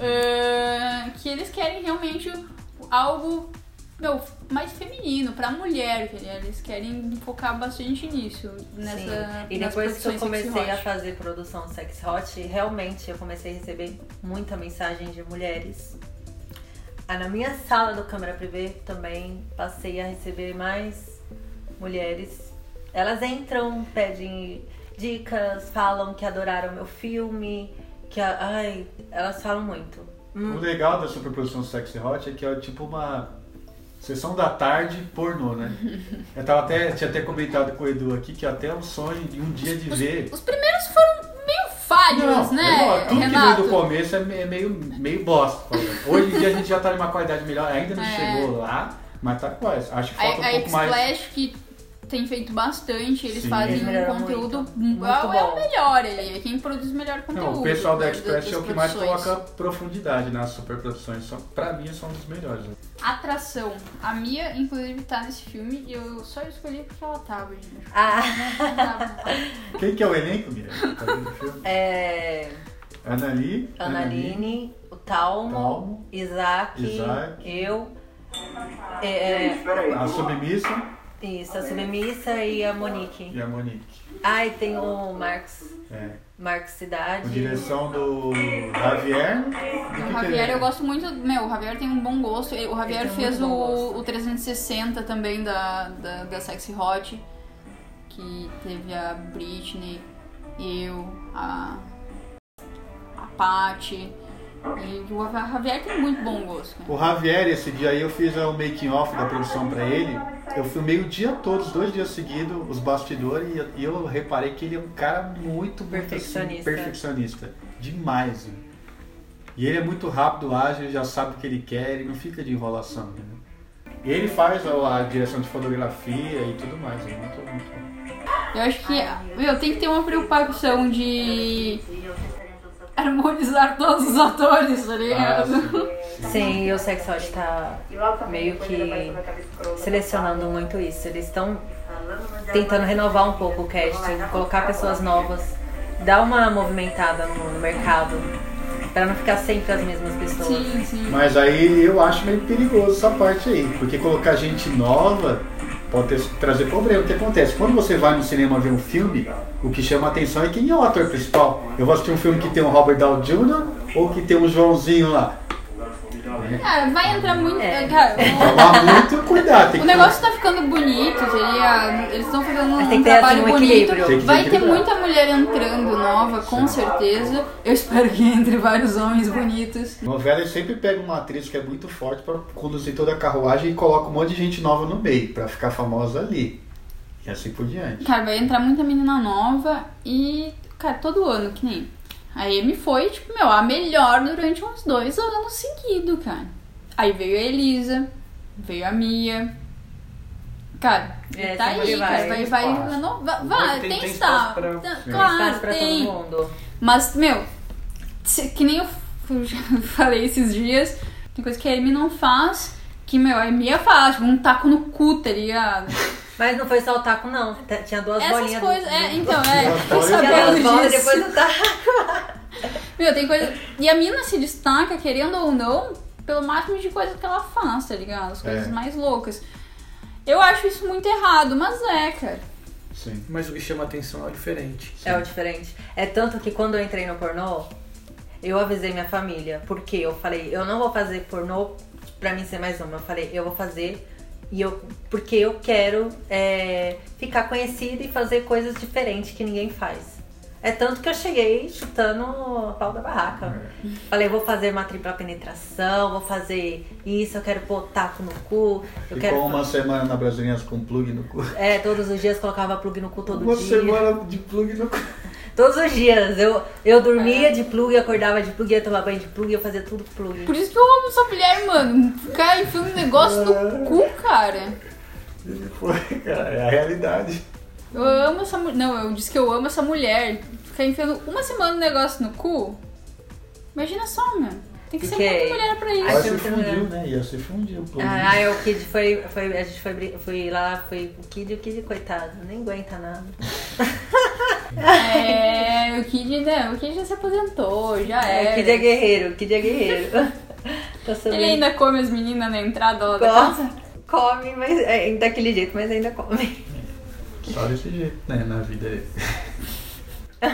Speaker 1: Ah, que eles querem realmente algo meu, mais feminino, pra mulher. que Eles querem focar bastante nisso. Nessa,
Speaker 3: Sim. E
Speaker 1: nas
Speaker 3: depois que
Speaker 1: produções
Speaker 3: eu
Speaker 1: sexy
Speaker 3: comecei a
Speaker 1: hot.
Speaker 3: fazer produção sex hot, realmente eu comecei a receber muita mensagem de mulheres. Ah, na minha sala do câmera privê também passei a receber mais mulheres. Elas entram, pedem dicas, falam que adoraram meu filme, que a- ai, elas falam muito. Hum,
Speaker 2: O legal da superprodução Sexy Hot é que é tipo uma sessão da tarde pornô, né? Eu tava até, tinha até comentado com o Edu aqui que até é um sonho de um dia de ver.
Speaker 1: Os primeiros foram meio falhos,
Speaker 2: não, é
Speaker 1: né,
Speaker 2: tudo que
Speaker 1: Renato?
Speaker 2: vem do começo é me- é meio, meio bosta. por exemplo. Hoje em dia a gente já tá numa qualidade melhor, ainda não
Speaker 1: É.
Speaker 2: chegou lá, mas tá quase. Acho que
Speaker 1: a
Speaker 2: falta um
Speaker 1: a
Speaker 2: pouco mais.
Speaker 1: X-Flash que tem feito bastante, eles
Speaker 2: Sim.
Speaker 1: fazem
Speaker 3: Eles
Speaker 1: um
Speaker 3: melhoraram
Speaker 1: conteúdo
Speaker 3: muito.
Speaker 1: mu-
Speaker 3: Muito
Speaker 1: é o- é
Speaker 3: bom.
Speaker 1: o melhor ali, é quem produz melhor conteúdo.
Speaker 2: Não, o pessoal da
Speaker 1: das-
Speaker 2: Express é
Speaker 1: das
Speaker 2: o que mais
Speaker 1: produções.
Speaker 2: coloca profundidade nas superproduções. São, pra mim, são um dos melhores. né?
Speaker 1: Atração. A Mia, inclusive, tá nesse filme e eu só escolhi porque ela tava, gente.
Speaker 3: Ah,
Speaker 2: Quem que é o elenco, Mira? Tá vendo o filme?
Speaker 3: é.
Speaker 2: Anali,
Speaker 3: Analine, o Talmo,
Speaker 2: Talmo,
Speaker 3: Isaac,
Speaker 2: Isaac.
Speaker 3: eu. É,
Speaker 2: a Submissa
Speaker 3: isso, a Submissa e a Monique.
Speaker 2: e a Monique.
Speaker 3: Ai, tem o Marcos.
Speaker 2: É.
Speaker 3: Marcos
Speaker 2: Com
Speaker 3: Cidade.
Speaker 2: direção do Javier. Do que
Speaker 1: O
Speaker 2: que
Speaker 1: Javier,
Speaker 2: ele-
Speaker 1: eu gosto muito. Meu, o Javier tem um bom gosto. O Javier
Speaker 3: é. Ele tem
Speaker 1: fez
Speaker 3: muito bom
Speaker 1: o,
Speaker 3: gosto.
Speaker 1: o 360 também da, da, da Sexy Hot, que teve a Britney, eu, a, a Paty. E o Javier tem muito bom gosto. cara.
Speaker 2: O Javier, esse dia aí, eu fiz o making off da produção pra ele. Eu filmei o dia todo, os dois dias seguidos, os bastidores, e eu- e eu reparei que ele é um cara muito, muito assim,
Speaker 3: Perfeccionista.
Speaker 2: perfeccionista. Demais, né? E ele é muito rápido, ágil, ele já sabe o que ele quer, ele não fica de enrolação. né? E ele faz a, a direção de fotografia e tudo mais, é muito, muito bom.
Speaker 1: Eu acho que, meu, tem que ter uma preocupação de harmonizar todos os atores, tá
Speaker 2: Ah,
Speaker 1: ligado?
Speaker 2: sim, sim.
Speaker 3: Sim, e o Sex Hot tá meio que selecionando muito isso. Eles estão tentando renovar um pouco o casting, colocar pessoas novas, dar uma movimentada no, no mercado, pra não ficar sempre as mesmas pessoas.
Speaker 1: Sim, sim.
Speaker 2: Mas aí eu acho meio perigoso essa parte aí, porque colocar gente nova pode ter- trazer problema. O que acontece? Quando você vai no cinema ver um filme, o que chama a atenção é quem é o ator principal. Eu vou assistir um filme que tem o Robert Downey Jr. ou que tem um Joãozinho lá.
Speaker 1: Cara, vai entrar muito.
Speaker 3: É.
Speaker 1: Cara, o-
Speaker 2: Tomar Então, muito cuidado. Tem
Speaker 1: O
Speaker 2: que
Speaker 1: negócio tá ficando bonito, seria- eles estão fazendo um
Speaker 3: Mas tem que ter,
Speaker 1: trabalho
Speaker 3: assim, um
Speaker 1: bonito.
Speaker 3: equilíbrio.
Speaker 2: Tem que ter
Speaker 1: Vai ter
Speaker 2: equilíbrio.
Speaker 1: muita mulher entrando nova, com certeza. Eu espero que entre vários homens bonitos.
Speaker 2: Novela eles sempre pega uma atriz que é muito forte pra conduzir toda a carruagem e coloca um monte de gente nova no meio, pra ficar famosa ali. E assim por diante.
Speaker 1: Cara, vai entrar muita menina nova e, cara, todo ano, que nem. A Amy foi, tipo, meu, a melhor durante uns dois anos seguidos, cara. Aí veio a Elisa, veio a Mia. Cara,
Speaker 3: É,
Speaker 1: tá
Speaker 3: sempre
Speaker 1: aí,
Speaker 3: vai.
Speaker 1: cara. Vai, vai,
Speaker 4: Espaço.
Speaker 1: renova- vai,
Speaker 4: Tem-
Speaker 1: tem,
Speaker 4: tem
Speaker 1: espaço.
Speaker 4: espaço pra-
Speaker 1: Tá-
Speaker 2: Tem
Speaker 1: Claro,
Speaker 3: Espaço pra
Speaker 1: tem.
Speaker 3: todo mundo.
Speaker 1: Mas, meu, se- que nem eu eu já falei esses dias, tem coisa que a Amy não faz, que, meu, a Amy ia falar, tipo, um taco no cu, tá ligado?
Speaker 3: Mas não foi só o taco, não. T- Tinha duas
Speaker 1: Essas
Speaker 3: bolinhas.
Speaker 1: coisas,
Speaker 3: do-
Speaker 1: é, então, é,
Speaker 2: Duas
Speaker 1: tô
Speaker 2: bolas.
Speaker 3: Tinha duas
Speaker 1: sabendo
Speaker 3: bolas
Speaker 1: disso.
Speaker 3: depois do taco.
Speaker 1: Meu, tem coisa. E a mina se destaca, querendo ou não, pelo máximo de coisa que ela faz, tá ligado? As coisas
Speaker 2: É.
Speaker 1: mais loucas. Eu acho isso muito errado, mas é, cara.
Speaker 2: Sim.
Speaker 4: Mas o que chama atenção é o diferente.
Speaker 3: É o diferente. É tanto que quando eu entrei no pornô, eu avisei minha família. Porque eu falei, eu não vou fazer pornô pra mim ser mais uma. Eu falei, eu vou fazer e eu, porque eu quero é, ficar conhecida e fazer coisas diferentes que ninguém faz. É tanto que eu cheguei chutando a pau da barraca. Falei, eu vou fazer uma tripla penetração, vou fazer isso, eu quero pôr taco no cu, eu
Speaker 2: Ficou
Speaker 3: quero.
Speaker 2: uma semana na Brasileirinhas com plug no cu.
Speaker 3: É, todos os dias colocava plug no cu todo
Speaker 2: uma
Speaker 3: dia.
Speaker 2: semana de plug no cu.
Speaker 3: Todos os dias. Eu, eu
Speaker 1: É.
Speaker 3: dormia de plug, acordava de plug, ia tomar banho de plug, eu fazia tudo plug.
Speaker 1: Por isso que eu amo essa mulher, mano. Ficar enfiando um negócio no cu, cara.
Speaker 2: E Foi, cara, é a realidade.
Speaker 1: Eu amo essa mulher. Não, eu disse que eu amo essa mulher. Ficar enfiando uma semana um negócio no cu. Imagina só, mano. Tem que ser
Speaker 3: Fiquei.
Speaker 1: muita mulher pra
Speaker 3: Ai,
Speaker 2: Ela
Speaker 1: isso.
Speaker 3: que
Speaker 2: se
Speaker 3: não tem
Speaker 2: fundiu, né? Ia se fundir o plug.
Speaker 3: Ah, aí o Kid foi, foi. A gente foi, brin- foi lá, foi o Kid o Kid, coitado, nem aguenta nada.
Speaker 1: É, o Kid, né? O Kid já se aposentou, já
Speaker 3: É, o
Speaker 1: era.
Speaker 3: Kid é guerreiro, o Kid é guerreiro. Tá sabendo?
Speaker 1: né? Ele ainda come as meninas na entrada lá da casa.
Speaker 3: Gosta, come, mas é, daquele jeito, mas ainda come.
Speaker 2: Só desse jeito, né? Na vida dele. Vai,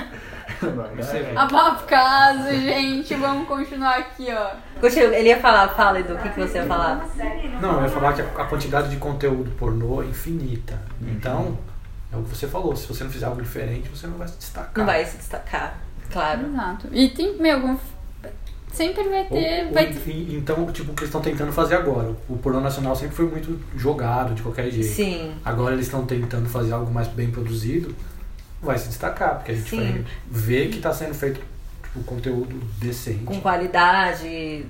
Speaker 4: é
Speaker 2: vai.
Speaker 1: A papo caso, gente. Vamos continuar aqui, ó.
Speaker 3: Continua, Ele ia falar, fala Edu, o que, que você ia falar?
Speaker 4: Ah, Não, eu ia falar que a a quantidade de conteúdo pornô é infinita. Então, é o que você falou, se você não fizer algo diferente, você não vai se destacar.
Speaker 3: Não vai se destacar, claro.
Speaker 1: Exato. E tem, meu, como- sempre vai
Speaker 4: Ou-
Speaker 1: ter.
Speaker 4: ou,
Speaker 1: vai ter-
Speaker 4: e- Então, tipo, o que eles estão tentando fazer agora? O pornô nacional sempre foi muito jogado de qualquer jeito.
Speaker 3: Sim.
Speaker 4: Agora eles estão tentando fazer algo mais bem produzido, vai se destacar, porque a gente
Speaker 3: Sim.
Speaker 4: vai ver que está sendo feito tipo, conteúdo decente.
Speaker 3: Com qualidade,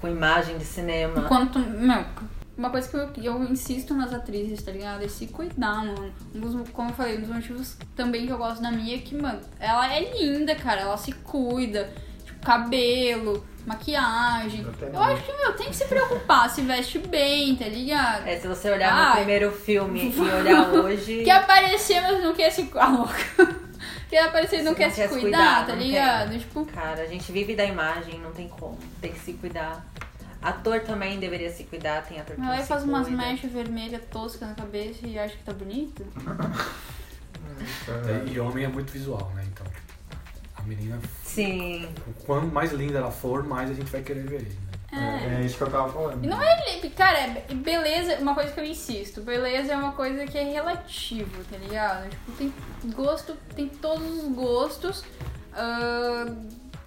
Speaker 3: com imagem de cinema.
Speaker 1: Enquanto. Meu, uma coisa que eu, eu insisto nas atrizes, tá ligado? É se cuidar, mano. Um dos, como eu falei, um dos motivos também que eu gosto da Mia é que, mano, ela é linda, cara. Ela se cuida. Tipo, cabelo, maquiagem.
Speaker 2: Até
Speaker 1: Eu acho que, meu, tem que se preocupar. Se veste bem, tá ligado?
Speaker 3: É, se você olhar
Speaker 1: Ai.
Speaker 3: no primeiro filme e olhar hoje.
Speaker 1: Quer aparecer, mas não quer se. Ah, louca. Quer aparecer e não,
Speaker 3: Não
Speaker 1: quer, se cuidar, tá
Speaker 3: não
Speaker 1: ligado?
Speaker 3: quer.
Speaker 1: Tipo,
Speaker 3: Cara, a gente vive da imagem, não tem como. Tem que se cuidar. Ator também deveria se cuidar, tem ator que
Speaker 1: ela
Speaker 3: não se
Speaker 1: faz umas
Speaker 3: cuida.
Speaker 1: mechas vermelhas toscas na cabeça e acha que tá bonito.
Speaker 4: É, E homem é muito visual, né? Então, a menina,
Speaker 3: Sim.
Speaker 4: quanto mais linda ela for, mais a gente vai querer ver. Né?
Speaker 2: É, é isso que eu tava falando.
Speaker 1: E não é, li- cara, é be- beleza, uma coisa que eu insisto, beleza é uma coisa que é relativo, tá ligado? Tipo, tem gosto, tem todos os gostos. ah,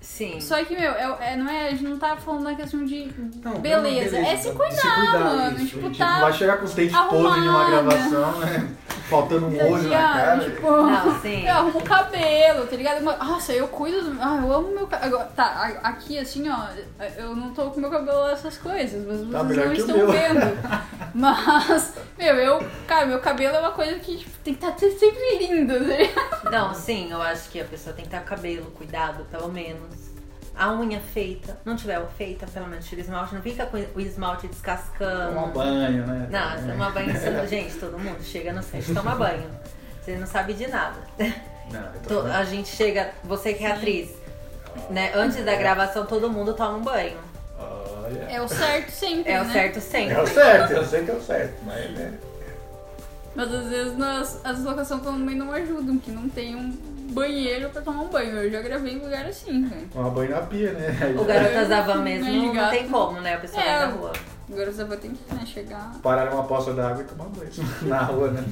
Speaker 3: Sim.
Speaker 1: só que, meu, é, é- não é, a gente não tá falando na questão de
Speaker 4: Não, não,
Speaker 1: beleza, é se cuidar, mano.
Speaker 4: isso,
Speaker 1: tipo,
Speaker 4: gente.
Speaker 2: Não
Speaker 1: tá
Speaker 2: vai chegar com os dentes
Speaker 1: Arrumada.
Speaker 2: podres numa gravação, né? Faltando um olho na cara.
Speaker 1: tipo,
Speaker 3: Não, sim.
Speaker 1: Eu arrumo o cabelo, tá ligado? Uma- Nossa, eu cuido do. Ah, eu amo meu cabelo. Tá, a- aqui assim, ó, eu não tô com meu cabelo essas coisas, mas
Speaker 2: Tá
Speaker 1: vocês
Speaker 2: melhor
Speaker 1: não
Speaker 2: que o
Speaker 1: estão
Speaker 2: meu.
Speaker 1: vendo. Mas, meu, eu. Cara, meu cabelo é uma coisa que tipo, tem que estar sempre lindo, tá ligado?
Speaker 3: Não, sim, eu acho que a pessoa tem que ter o cabelo cuidado, pelo menos. A unha feita. Não tiver feita, pelo menos tira o esmalte. Não fica com o esmalte descascando.
Speaker 2: Tomar banho, né?
Speaker 3: Não, tomar banho. isso- Gente, todo mundo chega no set, toma banho. Você não sabe de nada.
Speaker 2: Não, eu tô
Speaker 3: To-
Speaker 2: falando-
Speaker 3: A gente chega, você que é atriz, né? Antes da gravação todo mundo toma um banho.
Speaker 2: Olha.
Speaker 1: É o certo sempre.
Speaker 3: É o
Speaker 1: né?
Speaker 3: certo
Speaker 2: É o
Speaker 3: sempre.
Speaker 2: certo, eu sei que é o certo, mas né?
Speaker 1: Mas às vezes nas, as locações também não ajudam, que não tem um banheiro pra tomar um banho. Eu já gravei em lugar assim, né?
Speaker 2: Tomar banho na pia, né? Aí
Speaker 3: O
Speaker 2: já
Speaker 3: garotas da van mesmo
Speaker 1: Banho de
Speaker 3: não,
Speaker 1: gato.
Speaker 3: tem como, né? A pessoa
Speaker 1: É.
Speaker 3: vai na rua.
Speaker 1: Agora você vai ter que né, chegar.
Speaker 2: Pararam uma poça d'água e tomar banho na rua, né?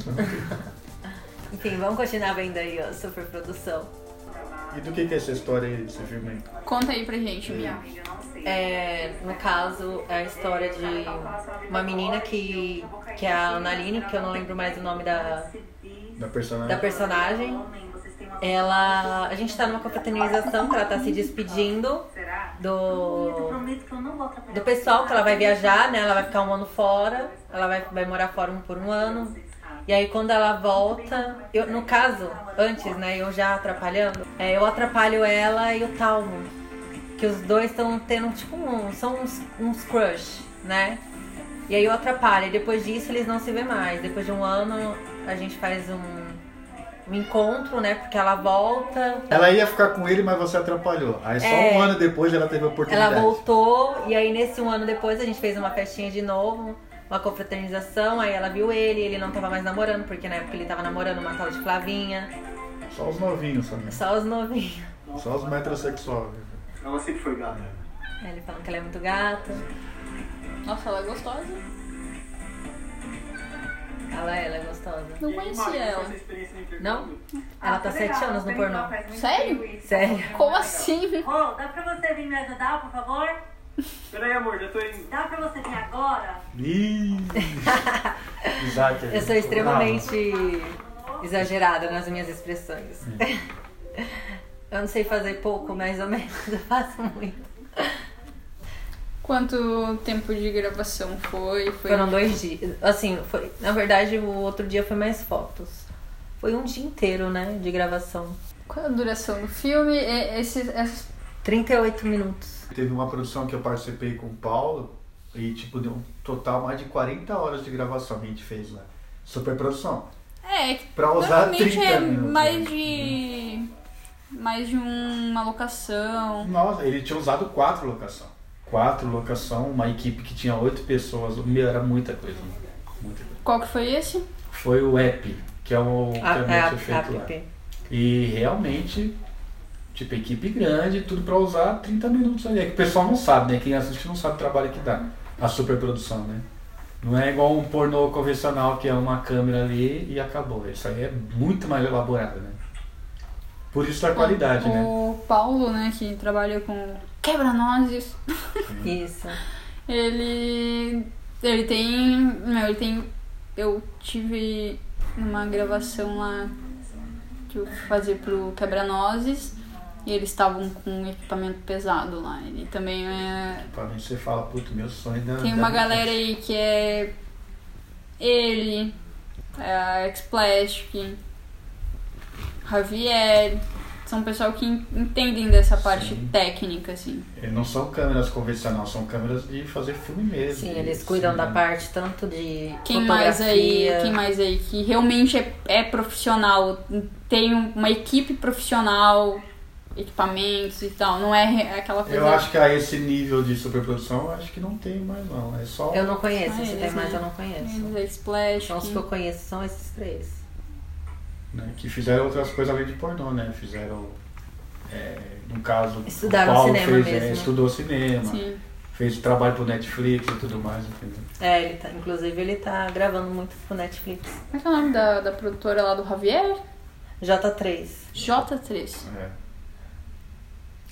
Speaker 3: Enfim, vamos continuar vendo aí a superprodução.
Speaker 2: E do que que é essa história aí desse filme aí?
Speaker 1: Conta aí pra gente, Mia.
Speaker 3: É, no caso, é a história de uma menina que, que é a Analine, que eu não lembro mais o nome da,
Speaker 2: Da personagem?
Speaker 3: da personagem. Ela. A gente tá numa confraternização que ela tá se despedindo do, do pessoal que ela vai viajar, né? Ela vai ficar um ano fora, ela vai, vai morar fora um- por um ano. E aí quando ela volta, eu, no caso, antes, né, eu já atrapalhando, é, eu atrapalho ela e o Talmo. Que os dois estão tendo, tipo, um, são uns, uns crush, né? E aí eu atrapalho. E depois disso eles não se vê mais. Depois de um ano a gente faz um, um encontro, né? Porque ela volta,
Speaker 2: Ela ia ficar com ele, mas você atrapalhou. Aí só
Speaker 3: É.
Speaker 2: um ano depois ela teve a oportunidade.
Speaker 3: Ela voltou, e aí nesse um ano depois a gente fez uma festinha de novo, uma confraternização, aí ela viu ele, ele não tava mais namorando, porque na época ele tava namorando uma tal de Flavinha,
Speaker 2: Só os novinhos, só, mesmo.
Speaker 3: É só os novinhos.
Speaker 2: só os metrosexuais.
Speaker 5: Ela sempre foi gata.
Speaker 3: Aí ele falando que ela é muito gata,
Speaker 1: Nossa, ela é gostosa.
Speaker 3: ela, ela é gostosa.
Speaker 1: Não
Speaker 5: E aí,
Speaker 1: conhecia
Speaker 5: Mari, qual
Speaker 1: ela.
Speaker 5: foi a sua experiência no intercâmbio?
Speaker 3: Não? Ela tá sete anos no pornô.
Speaker 1: Sério?
Speaker 3: Sério.
Speaker 1: Como assim?
Speaker 6: Rô, dá pra você vir me ajudar, por favor?
Speaker 5: Peraí, amor, já tô indo.
Speaker 6: Dá pra você vir agora?
Speaker 2: Ih! Isaac,
Speaker 3: Eu sou extremamente exagerada nas minhas expressões.
Speaker 2: Hum.
Speaker 3: Eu não sei fazer pouco, mais ou menos, eu faço muito.
Speaker 1: Quanto tempo de gravação foi? Foi
Speaker 3: Foram dois dias. Assim, foi. Na verdade, o outro dia foi mais fotos. Foi um dia inteiro, né? De gravação.
Speaker 1: Qual a duração do filme? E- Esses, essas-
Speaker 3: 38 minutos.
Speaker 2: Teve uma produção que eu participei com o Paulo e, tipo, deu um total mais de 40 horas de gravação que a gente fez lá. Super produção.
Speaker 1: É, que
Speaker 2: Pra usar
Speaker 1: normalmente
Speaker 2: 30
Speaker 1: é
Speaker 2: minutos, né?
Speaker 1: mais de. mais de uma locação.
Speaker 2: Nossa, ele tinha usado quatro locação. Quatro locação, uma equipe que tinha oito pessoas. Meu, era muita coisa. né? Muita coisa.
Speaker 1: Qual que foi esse?
Speaker 2: Foi o app, que é o que
Speaker 3: A,
Speaker 2: a
Speaker 3: Ah, a,
Speaker 2: gente tinha
Speaker 3: a,
Speaker 2: feito lá. E realmente, tipo, equipe grande, tudo pra usar 30 minutos ali. É que o pessoal não sabe, né? Quem assiste não sabe o trabalho que dá. A superprodução, né? Não é igual um pornô convencional que é uma câmera ali e acabou. Isso aí é muito mais elaborado, né? Por
Speaker 3: Ah,
Speaker 2: isso a qualidade,
Speaker 1: o,
Speaker 2: né?
Speaker 1: O Paulo, né, que trabalha com quebra-nozes,
Speaker 3: Isso.
Speaker 1: ele. ele tem. Meu, ele tem. Eu tive uma gravação lá que eu fui fazer pro quebra-nozes e eles estavam com um equipamento pesado lá. Ele também é
Speaker 2: Pra mim você fala, puto, meu sonho da.
Speaker 1: Tem
Speaker 2: da-
Speaker 1: uma galera aí que é ele, é, Explastic, Javier, são pessoal que en- entendem dessa parte
Speaker 2: Sim.
Speaker 1: técnica, assim.
Speaker 2: É, Não são câmeras convencionais, são câmeras de fazer filme mesmo. né?
Speaker 3: Sim,
Speaker 2: de
Speaker 3: eles cuidam da
Speaker 2: cinema.
Speaker 3: parte tanto de
Speaker 1: Quem mais aí,
Speaker 3: fotografia.
Speaker 1: quem mais aí que realmente é, é profissional, tem um- uma equipe profissional, equipamentos e tal, não é re- aquela coisa.
Speaker 2: Eu acho que a esse nível de superprodução, eu acho que não tem mais não. É só.
Speaker 3: Eu não conheço,
Speaker 1: Ah,
Speaker 3: se tem
Speaker 1: eles,
Speaker 3: mais
Speaker 1: né?
Speaker 3: eu não conheço.
Speaker 1: Eles, é Splash,
Speaker 3: Então, os que eu conheço são esses três.
Speaker 2: né, que fizeram outras coisas além de pornô, né? Fizeram, é, no caso,
Speaker 3: Estudaram
Speaker 2: o Paulo
Speaker 3: cinema
Speaker 2: fez, é,
Speaker 3: mesmo.
Speaker 2: estudou cinema,
Speaker 1: sim.
Speaker 2: fez trabalho pro Netflix e tudo mais, entendeu?
Speaker 3: É, ele tá, inclusive ele tá gravando muito pro Netflix.
Speaker 1: Como é que é o nome da, da produtora lá do Javier?
Speaker 3: J3.
Speaker 1: J3.
Speaker 2: É.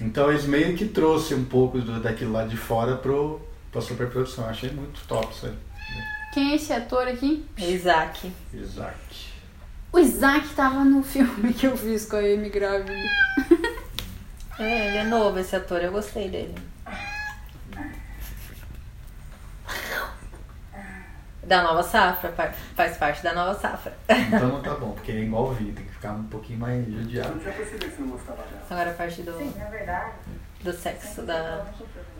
Speaker 2: Então eles meio que trouxe um pouco do- daquilo lá de fora pro, pra superprodução. Achei muito top isso aí.
Speaker 1: Quem é esse ator aqui?
Speaker 3: É Isaac.
Speaker 2: Isaac.
Speaker 1: O Isaac tava no filme que eu fiz com a Amy grávida.
Speaker 3: É, ele é novo esse ator, eu gostei dele. Da nova safra, par- faz parte da nova safra.
Speaker 2: Então não tá bom, porque é igual o vídeo, tem que ficar um pouquinho mais judiado.
Speaker 5: Já percebi que você não gostava dela.
Speaker 3: Agora a parte do, do sexo da,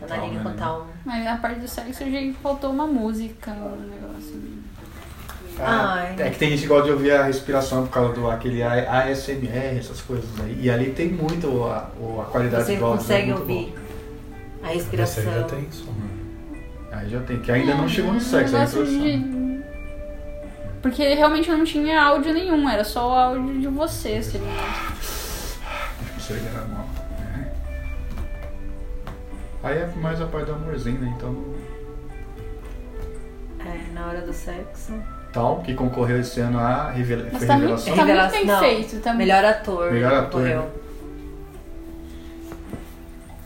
Speaker 3: da Naline
Speaker 2: Talma,
Speaker 3: com
Speaker 2: né?
Speaker 3: Talma.
Speaker 1: Mas na parte do sexo eu achei que faltou uma música, um negócio.
Speaker 2: Ah,
Speaker 3: Ai.
Speaker 2: é que tem gente que gosta de ouvir a respiração por causa do aquele A- ASMR, essas coisas aí. E ali tem muito a, o- a qualidade
Speaker 3: Você
Speaker 2: do áudio. é
Speaker 3: consegue
Speaker 2: muito bom.
Speaker 3: ouvir a
Speaker 4: Esse
Speaker 3: respiração.
Speaker 4: aí já tem som, né?
Speaker 2: Uhum. Aí já tem, que ainda não chegou no sexo, é
Speaker 1: um
Speaker 2: a
Speaker 1: negócio
Speaker 2: introdução.
Speaker 1: de... Porque realmente não tinha áudio nenhum, era só o áudio de você, assim. se ele-
Speaker 2: Isso aí era mal. né? Aí é mais a parte do amorzinho, né? Então,
Speaker 3: É, na hora do sexo.
Speaker 2: tal, que concorreu esse ano a revela
Speaker 1: Mas
Speaker 2: foi
Speaker 1: tá
Speaker 2: revelação.
Speaker 1: muito- tá
Speaker 3: Revelação-
Speaker 1: bem
Speaker 3: não,
Speaker 1: feito, tá
Speaker 3: Melhor ator.
Speaker 2: Melhor ator, né?
Speaker 3: concorreu.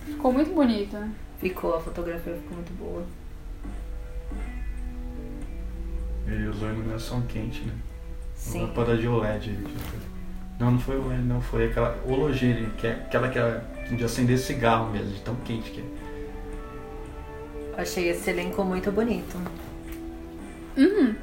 Speaker 1: ficou muito bonito.
Speaker 3: Ficou, a fotografia ficou muito boa.
Speaker 2: Ele usou a iluminação quente, né? Uma
Speaker 3: Sim.
Speaker 2: lâmpada de OLED. ele já fez. Não, não foi OLED, não. Foi aquela halogene, que é aquela que é de acender cigarro mesmo, de tão quente que é.
Speaker 3: Achei esse elenco muito bonito.
Speaker 1: Uhum.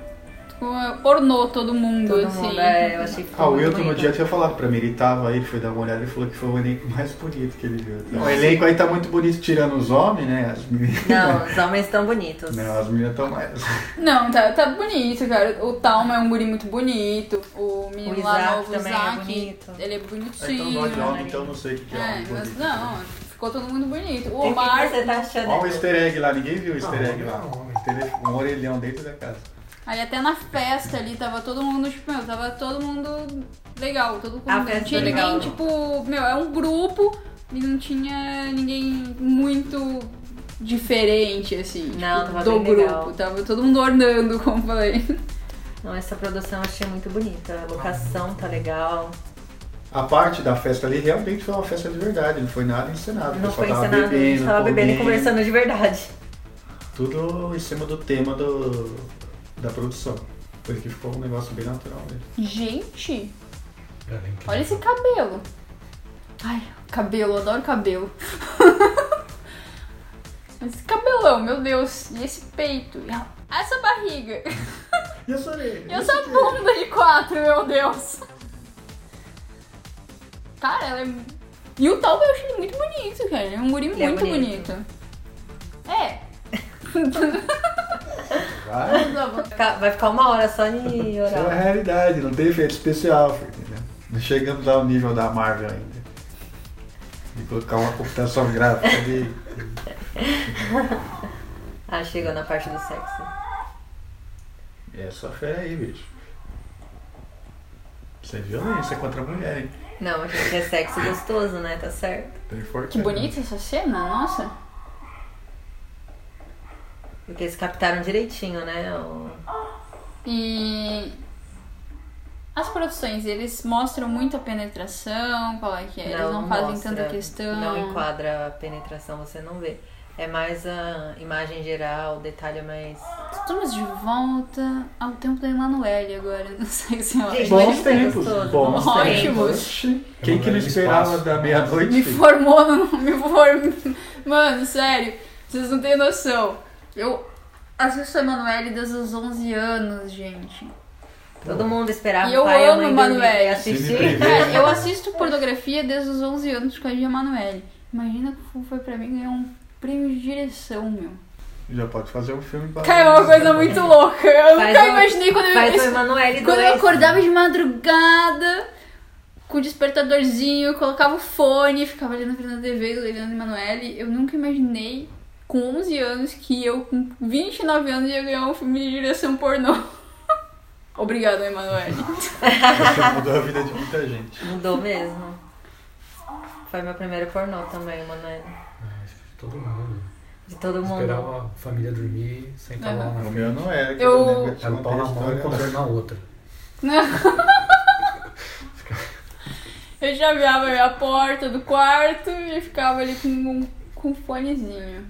Speaker 1: Tipo, ornou todo mundo,
Speaker 3: Todo
Speaker 1: assim.
Speaker 3: mundo, é, eu achei que foi
Speaker 2: Ah, o
Speaker 3: muito
Speaker 2: Wilton no
Speaker 3: bonito.
Speaker 2: dia tinha falado pra mim, ele tava aí, ele foi dar uma olhada e falou que foi o elenco mais bonito que ele viu. Então, o elenco aí tá muito bonito, tirando os homens, né? As meninas.
Speaker 3: Não, os homens estão bonitos.
Speaker 2: Não, as meninas estão mais.
Speaker 1: Não, tá, tá bonito, cara. O Talma é um guri muito bonito. O menino
Speaker 3: O
Speaker 1: lá
Speaker 3: Isaac
Speaker 1: novo,
Speaker 3: também é
Speaker 1: Isaac,
Speaker 3: bonito.
Speaker 1: ele é
Speaker 2: É, Então
Speaker 1: bonitinho.
Speaker 2: nós de homem, então não sei o que, que é,
Speaker 1: é,
Speaker 2: homem
Speaker 1: mas
Speaker 2: bonito.
Speaker 1: não, ficou todo mundo bonito. O
Speaker 3: E O
Speaker 1: Omar,
Speaker 3: que você tá achando?
Speaker 2: Olha o easter egg lá, ninguém viu o easter
Speaker 4: Não,
Speaker 2: egg lá.
Speaker 4: não, não.
Speaker 2: Easter egg, Um orelhão dentro da casa.
Speaker 1: aí até na festa ali, tava todo mundo, tipo, meu, tava todo mundo legal, todo mundo.
Speaker 3: A
Speaker 1: não
Speaker 3: festa
Speaker 1: tinha
Speaker 3: é
Speaker 1: ninguém,
Speaker 3: legal.
Speaker 1: tipo, meu, é um grupo e não tinha ninguém muito diferente, assim,
Speaker 3: Não,
Speaker 1: tipo,
Speaker 3: tava
Speaker 1: do
Speaker 3: bem
Speaker 1: grupo.
Speaker 3: legal.
Speaker 1: Tava todo mundo ornando, como eu falei.
Speaker 3: Não, essa produção eu achei muito bonita. A locação tá legal.
Speaker 2: A parte da festa ali realmente foi uma festa de verdade, não foi nada encenado. Ah, o
Speaker 3: Não
Speaker 2: pessoal
Speaker 3: foi
Speaker 2: tava
Speaker 3: encenado, a gente tava bebendo e
Speaker 2: comendo,
Speaker 3: conversando de verdade.
Speaker 2: Tudo em cima do tema do, da produção. Foi que ficou um negócio bem natural mesmo.
Speaker 1: Gente,
Speaker 4: Pra mim, que-
Speaker 1: Olha esse cabelo. Ai, cabelo, adoro cabelo. esse cabelão, meu Deus. E esse peito. E a- Essa barriga.
Speaker 2: E essa orelha?
Speaker 1: E essa bunda de quatro, meu Deus. Cara, ela é. E o Tauba eu achei ele muito bonito, cara. Ele é um guri
Speaker 3: Ele é
Speaker 1: muito bonito.
Speaker 3: bonito.
Speaker 1: É.
Speaker 2: Vai.
Speaker 3: Fica- Vai ficar uma hora só de
Speaker 2: Isso é uma
Speaker 3: orar.
Speaker 2: realidade, não tem efeito especial, filho, entendeu? Não chegamos ao nível da Marvel ainda. De colocar uma computação gráfica de.
Speaker 3: Ah, chegou na parte do sexo.
Speaker 2: É só fera aí, bicho. Isso é violência contra a mulher, hein?
Speaker 3: Não, gente, é sexo gostoso, né? Tá certo.
Speaker 2: Tem né? forte.
Speaker 1: Que bonita essa cena, nossa.
Speaker 3: Porque eles captaram direitinho, né? o-
Speaker 1: E as produções, eles mostram muito a penetração, qual é que é? eles não, fazem
Speaker 3: mostra,
Speaker 1: tanta questão.
Speaker 3: Não enquadra a penetração, você não vê. É mais a imagem geral, o detalhe é mais.
Speaker 1: Estamos de volta ao tempo da Emanuele agora, não sei se é eu
Speaker 3: Gente,
Speaker 2: Bons
Speaker 3: Bons
Speaker 2: tempos.
Speaker 3: tempos,
Speaker 2: Bons
Speaker 3: bons
Speaker 1: tempos.
Speaker 2: tempos. Quem que não esperava da meia-noite?
Speaker 1: Me formou, no- me formou. Mano, sério, vocês não têm noção. Eu assisto a Emanuele desde os 11 anos, gente.
Speaker 3: Todo mundo esperava
Speaker 1: E eu
Speaker 3: o pai e a
Speaker 1: amo
Speaker 3: mãe
Speaker 1: Manoel.
Speaker 3: dormir e
Speaker 2: Cine
Speaker 3: assistir.
Speaker 1: Cara, eu assisto pornografia desde os 11 anos por causa de Emanuele. Imagina como foi pra mim ganhar um prêmio de direção, meu.
Speaker 2: Já pode fazer um filme pra-
Speaker 1: Cara, é uma coisa muito louca. Eu
Speaker 3: Faz
Speaker 1: nunca
Speaker 3: o-
Speaker 1: imaginei quando eu,
Speaker 3: Faz um o
Speaker 1: isso-
Speaker 3: Emanuele
Speaker 1: quando eu
Speaker 3: 2.
Speaker 1: acordava de madrugada com o despertadorzinho, colocava o fone, ficava olhando pra TV, olhando Emanuele. Eu nunca imaginei com 11 anos que eu, com 29 anos, ia ganhar um filme de direção pornô. Obrigada, Emanuele.
Speaker 2: Você mudou a vida de muita gente.
Speaker 3: Mudou mesmo. Foi meu primeiro pornô também, Emanuele.
Speaker 4: Ah, acho que Todo mundo.
Speaker 3: De todo mundo.
Speaker 4: Esperar a família dormir, sentar lá
Speaker 2: O
Speaker 4: na frente.
Speaker 2: meu não era. que
Speaker 1: Eu-
Speaker 2: lembro que
Speaker 4: Era
Speaker 2: tinha
Speaker 4: o É pau na
Speaker 2: uma
Speaker 4: mão né? e o
Speaker 2: história.
Speaker 4: controle na outra.
Speaker 1: Eu já virava a minha porta do quarto e ficava ali com um, com um fonezinho.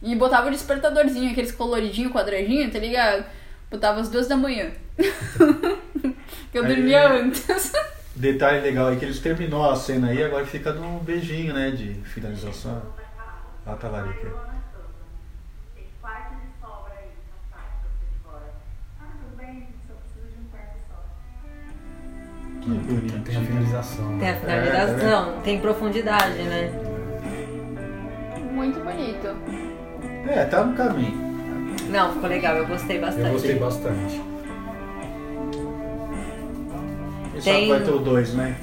Speaker 1: E botava o despertadorzinho, aqueles coloridinho, quadradinho, tá ligado? Botava às duas da manhã. Que eu
Speaker 2: Aí-
Speaker 1: dormia antes.
Speaker 2: Detalhe legal é que eles terminou a cena aí, agora fica num beijinho, né? De finalização. A talarica.
Speaker 6: Tem quarto de sobra aí, na sala, pra você de fora. Ah, tudo bem, só preciso de um quarto só.
Speaker 2: Que bonito.
Speaker 4: Tem a finalização. né?
Speaker 3: Tem a finalização, tem profundidade, né?
Speaker 1: Muito bonito.
Speaker 2: É, tá no caminho.
Speaker 3: Não, ficou legal, eu gostei bastante.
Speaker 4: Eu gostei bastante.
Speaker 2: Quem sabe
Speaker 3: Tem-
Speaker 2: vai ter o 2, né?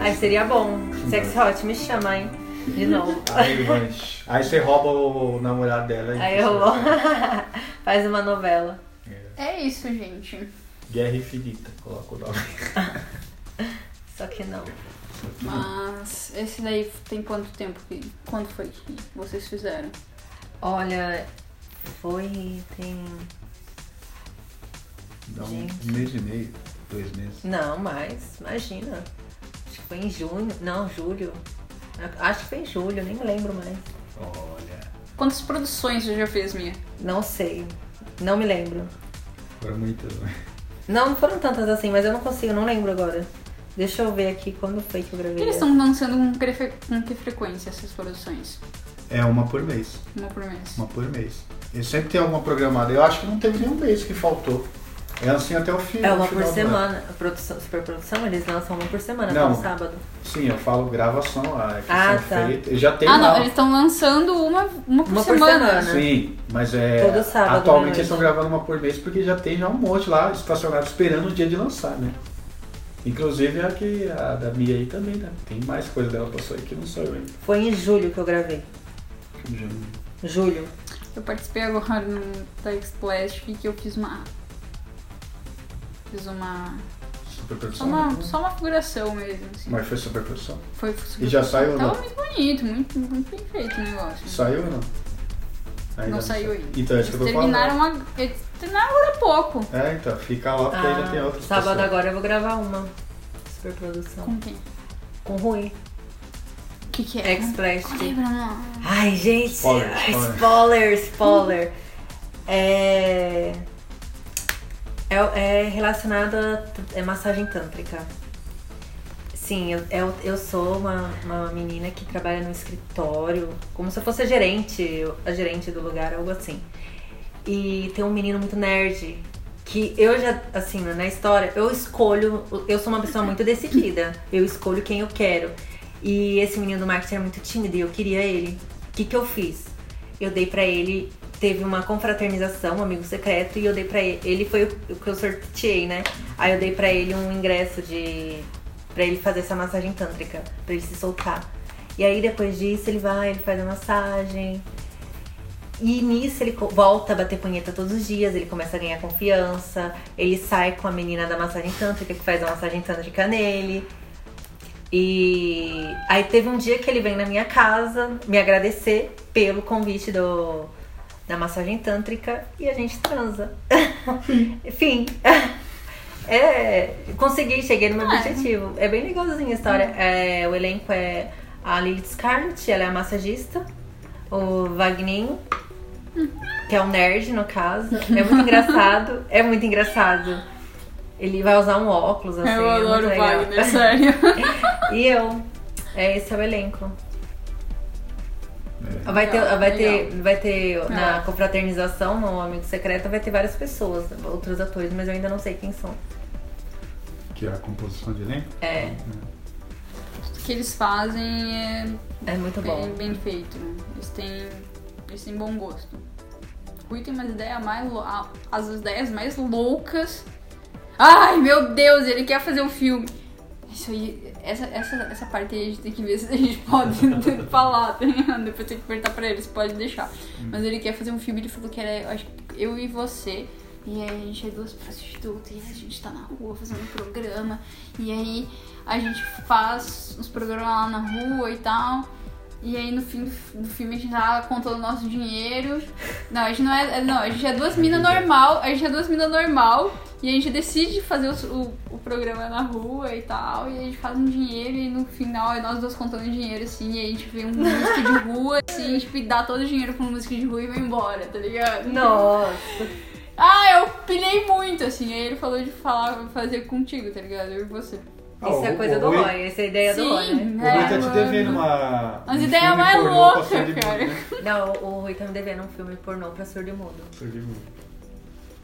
Speaker 3: Ai, seria bom. Sex Hot me chama, hein? De novo.
Speaker 2: Aí, mas... aí você rouba o namorado dela. é e-
Speaker 3: Aí eu vou. Faz uma novela.
Speaker 1: É isso, gente.
Speaker 2: Guerra infinita, coloca o nome.
Speaker 3: Só que não.
Speaker 1: Mas esse daí tem quanto tempo que. Quando foi que vocês fizeram?
Speaker 3: Olha, foi. Tem.
Speaker 2: Dá um
Speaker 3: Gente.
Speaker 2: mês e meio, dois meses.
Speaker 3: Não, mas, imagina. Acho que foi em junho. Não, julho. Acho que foi em julho, nem lembro mais.
Speaker 2: Olha.
Speaker 1: Quantas produções eu já fiz minha?
Speaker 3: Não sei. Não me lembro.
Speaker 2: Foram muitas, né?
Speaker 3: Não, não foram tantas assim, mas eu não consigo, não lembro agora. Deixa eu ver aqui quando foi que eu
Speaker 1: E
Speaker 3: gravei.
Speaker 1: eles estão lançando com que, fre- com que frequência essas produções?
Speaker 2: É uma por mês.
Speaker 1: Uma por mês.
Speaker 2: Uma por mês. Eu sempre tem alguma programada. Eu acho que não teve nenhum mês que faltou. É assim até o fim.
Speaker 3: É uma
Speaker 2: no
Speaker 1: né?
Speaker 3: por
Speaker 2: final do ano.
Speaker 3: semana. A produção, superprodução, eles lançam uma por semana,
Speaker 2: Não.
Speaker 3: todo sábado.
Speaker 2: Sim, eu falo gravação, a que
Speaker 3: Ah,
Speaker 2: são
Speaker 3: tá.
Speaker 2: feitas. Já tem
Speaker 1: Ah,
Speaker 2: lá. um
Speaker 1: não, eles estão lançando uma, uma por
Speaker 3: Uma por
Speaker 1: semana.
Speaker 3: semana. né?
Speaker 2: Sim, mas é.
Speaker 3: Todo sábado, né,
Speaker 2: atualmente
Speaker 3: mas-
Speaker 2: eles estão gravando uma por mês porque já tem já um monte lá estacionado esperando o dia de lançar, né? Inclusive a que a da Mia aí também, né? Tem mais coisa dela pra sair que não saiu ainda.
Speaker 3: Foi em julho que eu gravei. Julho.
Speaker 1: Eu participei agora no Tech Plastic que eu fiz uma. Fiz uma.
Speaker 2: Super
Speaker 1: Só
Speaker 2: produção. né?
Speaker 1: uma, só uma figuração mesmo, assim.
Speaker 2: Mas foi super produção.
Speaker 1: Foi super.
Speaker 2: E já saiu ou
Speaker 1: Tava
Speaker 2: não?
Speaker 1: muito bonito, muito, muito bem feito o negócio.
Speaker 2: Saiu ou não? Ainda
Speaker 1: não saiu ainda.
Speaker 2: Então, é isso que
Speaker 1: eles
Speaker 2: eu tô
Speaker 1: terminaram uma. Eles terminaram agora há pouco.
Speaker 2: falando. É, então, fica lá porque aí já tem
Speaker 3: Ah,
Speaker 2: outras
Speaker 3: sábado
Speaker 2: pessoas.
Speaker 3: agora eu vou gravar uma. Superprodução.
Speaker 1: Com quem?
Speaker 3: Com Rui.
Speaker 1: O que, que é?
Speaker 3: Express.
Speaker 1: Conta aí pra nós.
Speaker 3: Ai, gente.
Speaker 2: Spoiler,
Speaker 3: ai,
Speaker 2: spoiler.
Speaker 3: spoiler, spoiler. É... É, é relacionado a t- é massagem tântrica. Sim, eu, eu, eu sou uma, uma menina que trabalha no escritório, como se eu fosse a gerente, eu- a gerente do lugar, algo assim. E tem um menino muito nerd, que eu já, assim, na história, eu escolho, eu sou uma pessoa muito decidida, eu escolho quem eu quero. E esse menino do marketing era muito tímido e eu queria ele. O que, que eu fiz? Eu dei pra ele, teve uma confraternização, um amigo secreto, e eu dei pra ele, ele foi o que eu sorteei, né? Aí eu dei pra ele um ingresso de. pra ele fazer essa massagem tântrica, pra ele se soltar. E aí depois disso ele vai, ele faz a massagem. E nisso ele co- volta a bater punheta todos os dias, ele começa a ganhar confiança, ele sai com a menina da massagem tântrica que faz a massagem tântrica nele. E aí teve um dia que ele vem na minha casa me agradecer pelo convite do da massagem tântrica e a gente transa. Fim. É, consegui, cheguei no meu
Speaker 1: Ah, é.
Speaker 3: objetivo. É bem legalzinha a história.
Speaker 1: Hum.
Speaker 3: É, o elenco é a Lilith Scarlett, ela é a massagista. O Vagninho,
Speaker 1: Hum.
Speaker 3: que é o nerd no caso. É muito engraçado. É muito engraçado. Ele vai usar um óculos assim.
Speaker 1: eu
Speaker 3: é muito
Speaker 1: adoro o
Speaker 3: legal.
Speaker 1: Wagner, sério.
Speaker 3: E eu. É, esse é o elenco.
Speaker 2: É.
Speaker 3: Vai ter,
Speaker 1: Legal,
Speaker 3: vai ter, vai ter na
Speaker 1: Ah.
Speaker 3: confraternização, no Amigo Secreto, vai ter várias pessoas, outros atores, mas eu ainda não sei quem são.
Speaker 1: Ah.
Speaker 2: Que é a composição de elenco.
Speaker 3: É,
Speaker 1: O que eles fazem é
Speaker 3: é muito
Speaker 1: bem,
Speaker 3: bom.
Speaker 1: bem feito. né? Eles têm, eles têm bom gosto. O Rui tem umas ideias mais lou- a- as ideias mais loucas. Ai, meu Deus, ele quer fazer um filme. Isso aí, essa, essa, essa parte aí a gente tem que ver se a gente pode falar, tá ligado? Depois tem que perguntar pra ele, se pode deixar. Mas ele quer fazer um filme, ele falou que era, eu acho que eu e você. E aí a gente é duas prostitutas, e a gente tá na rua fazendo programa. E aí a gente faz uns programas lá na rua e tal. E aí no fim do, f- do filme a gente tá contando o nosso dinheiro. Não, a gente não é. é- Não, a gente é duas minas normal. A gente é duas minas normal. E a gente decide fazer os- o, o programa na rua e tal. E a gente faz um dinheiro e no final é nós duas contando dinheiro, assim, e a gente vê um músico de rua, assim, tipo, e dá todo o dinheiro pra um músico de rua e vai embora, tá ligado?
Speaker 3: Nossa,
Speaker 1: Ah, eu pilhei muito, assim. Aí ele falou de falar, fazer contigo, tá ligado? Eu e você.
Speaker 2: Ah,
Speaker 3: isso é
Speaker 2: o-
Speaker 3: coisa
Speaker 2: o
Speaker 3: do
Speaker 2: Rui-
Speaker 3: Roy, essa é a ideia do Roy, né?
Speaker 1: Sim,
Speaker 2: O
Speaker 1: é,
Speaker 2: Rui tá te
Speaker 1: mano.
Speaker 2: devendo uma.
Speaker 1: As
Speaker 2: um
Speaker 1: ideias
Speaker 2: filme
Speaker 1: mais
Speaker 2: pornô
Speaker 1: loucas,
Speaker 2: pra surdo e mudo,
Speaker 1: cara.
Speaker 2: né?
Speaker 3: Não, o Rui tá me devendo um filme pornô pra surdo e mudo.
Speaker 2: Surdo e mudo.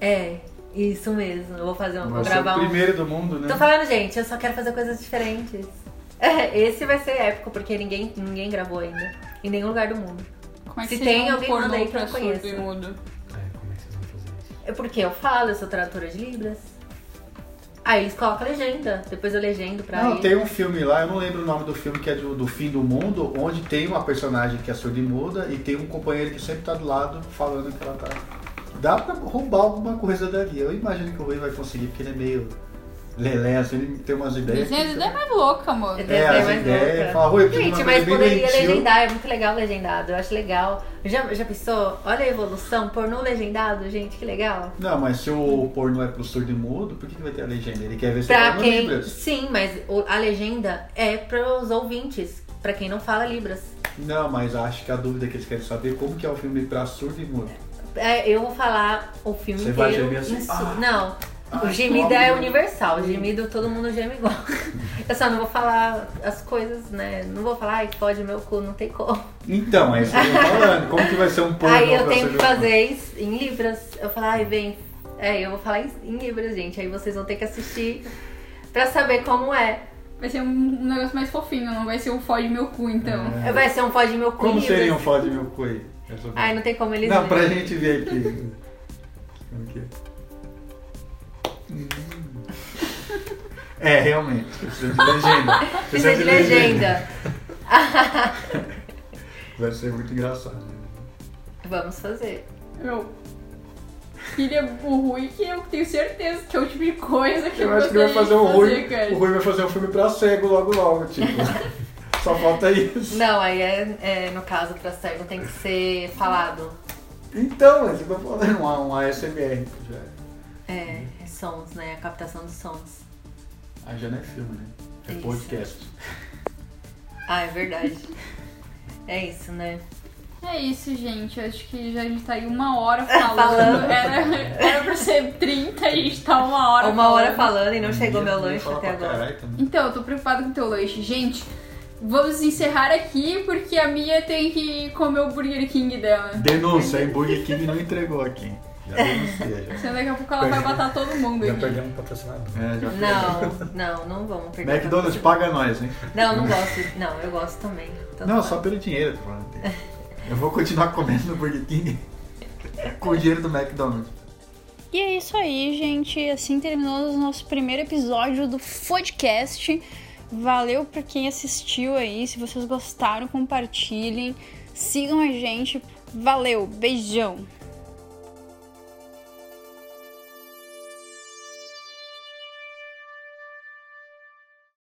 Speaker 3: É, isso mesmo. Eu vou fazer um. Vou
Speaker 2: Vai ser
Speaker 3: gravar
Speaker 2: é o
Speaker 3: um.
Speaker 2: primeiro do mundo, né?
Speaker 3: Tô falando, gente, eu só quero fazer coisas diferentes. É, esse vai ser épico, porque ninguém, ninguém gravou ainda. Em nenhum lugar do mundo.
Speaker 1: Como é que
Speaker 3: Se
Speaker 1: seria
Speaker 3: tem
Speaker 1: um
Speaker 3: alguém,
Speaker 1: pornô
Speaker 3: manda aí que
Speaker 1: pra
Speaker 3: eu
Speaker 1: surdo e
Speaker 3: conheça.
Speaker 1: mudo?
Speaker 4: É, como é que vocês vão fazer isso?
Speaker 3: É porque eu falo, eu sou tradutora de Libras. Aí eles colocam a legenda, depois eu legendo pra
Speaker 2: Não,
Speaker 3: ele.
Speaker 2: tem um filme lá, eu não lembro o nome do filme, que é do, do fim do mundo, onde tem uma personagem que é surda e muda e tem um companheiro que sempre tá do lado falando que ela tá. Dá pra roubar alguma coisa dali. Eu imagino que o Rui vai conseguir, porque ele é meio lelé, assim, ele tem umas
Speaker 1: Mas
Speaker 2: ideias. que-
Speaker 1: é ideia mais louca, mano.
Speaker 3: Tem
Speaker 2: É,
Speaker 3: ideia
Speaker 2: as
Speaker 3: mais
Speaker 2: ideias.
Speaker 3: louca.
Speaker 2: Fala, Rui, eu preciso de
Speaker 3: né? Gente,
Speaker 2: uma
Speaker 3: mas
Speaker 2: coisa um bem
Speaker 3: poderia
Speaker 2: doentio.
Speaker 3: legendar, é muito legal legendado, eu acho legal. Já, já pensou? Olha a evolução, pornô legendado, gente, que legal.
Speaker 2: Não, mas se o porno é pro surdo e mudo, por que, que vai ter a legenda? Ele quer ver se
Speaker 3: Pra
Speaker 2: fala no
Speaker 3: quem.
Speaker 2: Libras.
Speaker 3: Sim, mas o- a legenda é pros ouvintes, pra quem não fala Libras.
Speaker 2: Não, mas acho que a dúvida que eles querem saber é como que é o filme pra surdo e mudo.
Speaker 3: É, eu vou falar o filme
Speaker 2: Você vai
Speaker 3: inteiro.
Speaker 2: gemer assim,
Speaker 3: em su-
Speaker 2: "Ah,
Speaker 3: não.
Speaker 2: ah,
Speaker 3: o gemido
Speaker 2: pobre,
Speaker 3: é
Speaker 2: né?"
Speaker 3: universal, o gemido todo mundo geme igual. Eu só não vou falar as coisas, né? Não vou falar, ai, pode meu cu, não tem como.
Speaker 2: Então, é isso que eu tô falando. Como que vai ser um porno
Speaker 3: Aí eu
Speaker 2: pra
Speaker 3: tenho
Speaker 2: surdo
Speaker 3: que
Speaker 2: e mudo?
Speaker 3: fazer isso em Libras. Eu falo, ai, vem, É, eu vou falar em, em Libras, gente. Aí vocês vão ter que assistir pra saber como é.
Speaker 1: Vai ser um, um negócio mais fofinho, não vai ser um fode meu cu, então.
Speaker 2: É.
Speaker 3: Vai ser um pod meu cu. em
Speaker 2: Como
Speaker 3: Libras.
Speaker 2: seria um fode meu cu aí? Eu sou-
Speaker 3: Ai, não tem como eles.
Speaker 2: Não,
Speaker 3: verem.
Speaker 2: pra gente ver aqui. Como que é? Hum. É, realmente. Precisa de legenda.
Speaker 3: Precisa de legenda.
Speaker 2: Vai ser muito engraçado.
Speaker 3: Vamos fazer.
Speaker 1: Meu. Filha, o Rui, que eu tenho certeza que é o tipo de coisa que eu,
Speaker 2: Eu acho que
Speaker 1: gostaria
Speaker 2: vai fazer o
Speaker 1: de
Speaker 2: Rui.
Speaker 1: cara.
Speaker 2: O Rui vai fazer um filme pra cego logo logo, tipo. Só falta isso.
Speaker 3: Não, aí é, é, no caso, pra cego tem que ser falado.
Speaker 2: Então, mas eu tô falando um, um ASMR. Já.
Speaker 3: É, sons, né? A captação dos sons.
Speaker 2: Aí já não é filme, né? É
Speaker 3: Isso.
Speaker 2: podcast.
Speaker 3: Ah, é verdade. É isso, né?
Speaker 1: É isso, gente. Eu acho que já a gente tá aí uma hora falando.
Speaker 3: Falando.
Speaker 1: era, era pra ser 30, a gente tá uma hora
Speaker 3: Uma hora falando e não chegou meu
Speaker 2: Eu ia
Speaker 3: lanche
Speaker 2: falar
Speaker 3: até
Speaker 2: pra
Speaker 3: agora.
Speaker 2: caralho também.
Speaker 1: Então, eu tô preocupada com o teu lanche. Gente, vamos encerrar aqui porque a minha tem que comer o Burger King dela.
Speaker 2: Denúncia, hein? Burger King não entregou aqui. Já denuncia, já.
Speaker 1: Senão daqui a pouco ela vai matar todo mundo
Speaker 4: Já
Speaker 1: aqui.
Speaker 4: perdemos um patrocinador.
Speaker 2: É, já
Speaker 3: Não, não, não vamos perder.
Speaker 2: McDonald's
Speaker 3: pra
Speaker 2: paga nós, hein?
Speaker 3: você. Não, não gosto. Não, eu gosto também. Então
Speaker 2: Não,
Speaker 3: tá.
Speaker 2: só pelo dinheiro, tô falando. Eu vou continuar comendo no Burger King com o dinheiro do McDonald's.
Speaker 1: E é isso aí, gente. Assim terminou o nosso primeiro episódio do podcast. Valeu pra quem assistiu aí. Se vocês gostaram, compartilhem. Sigam a gente. Valeu, beijão!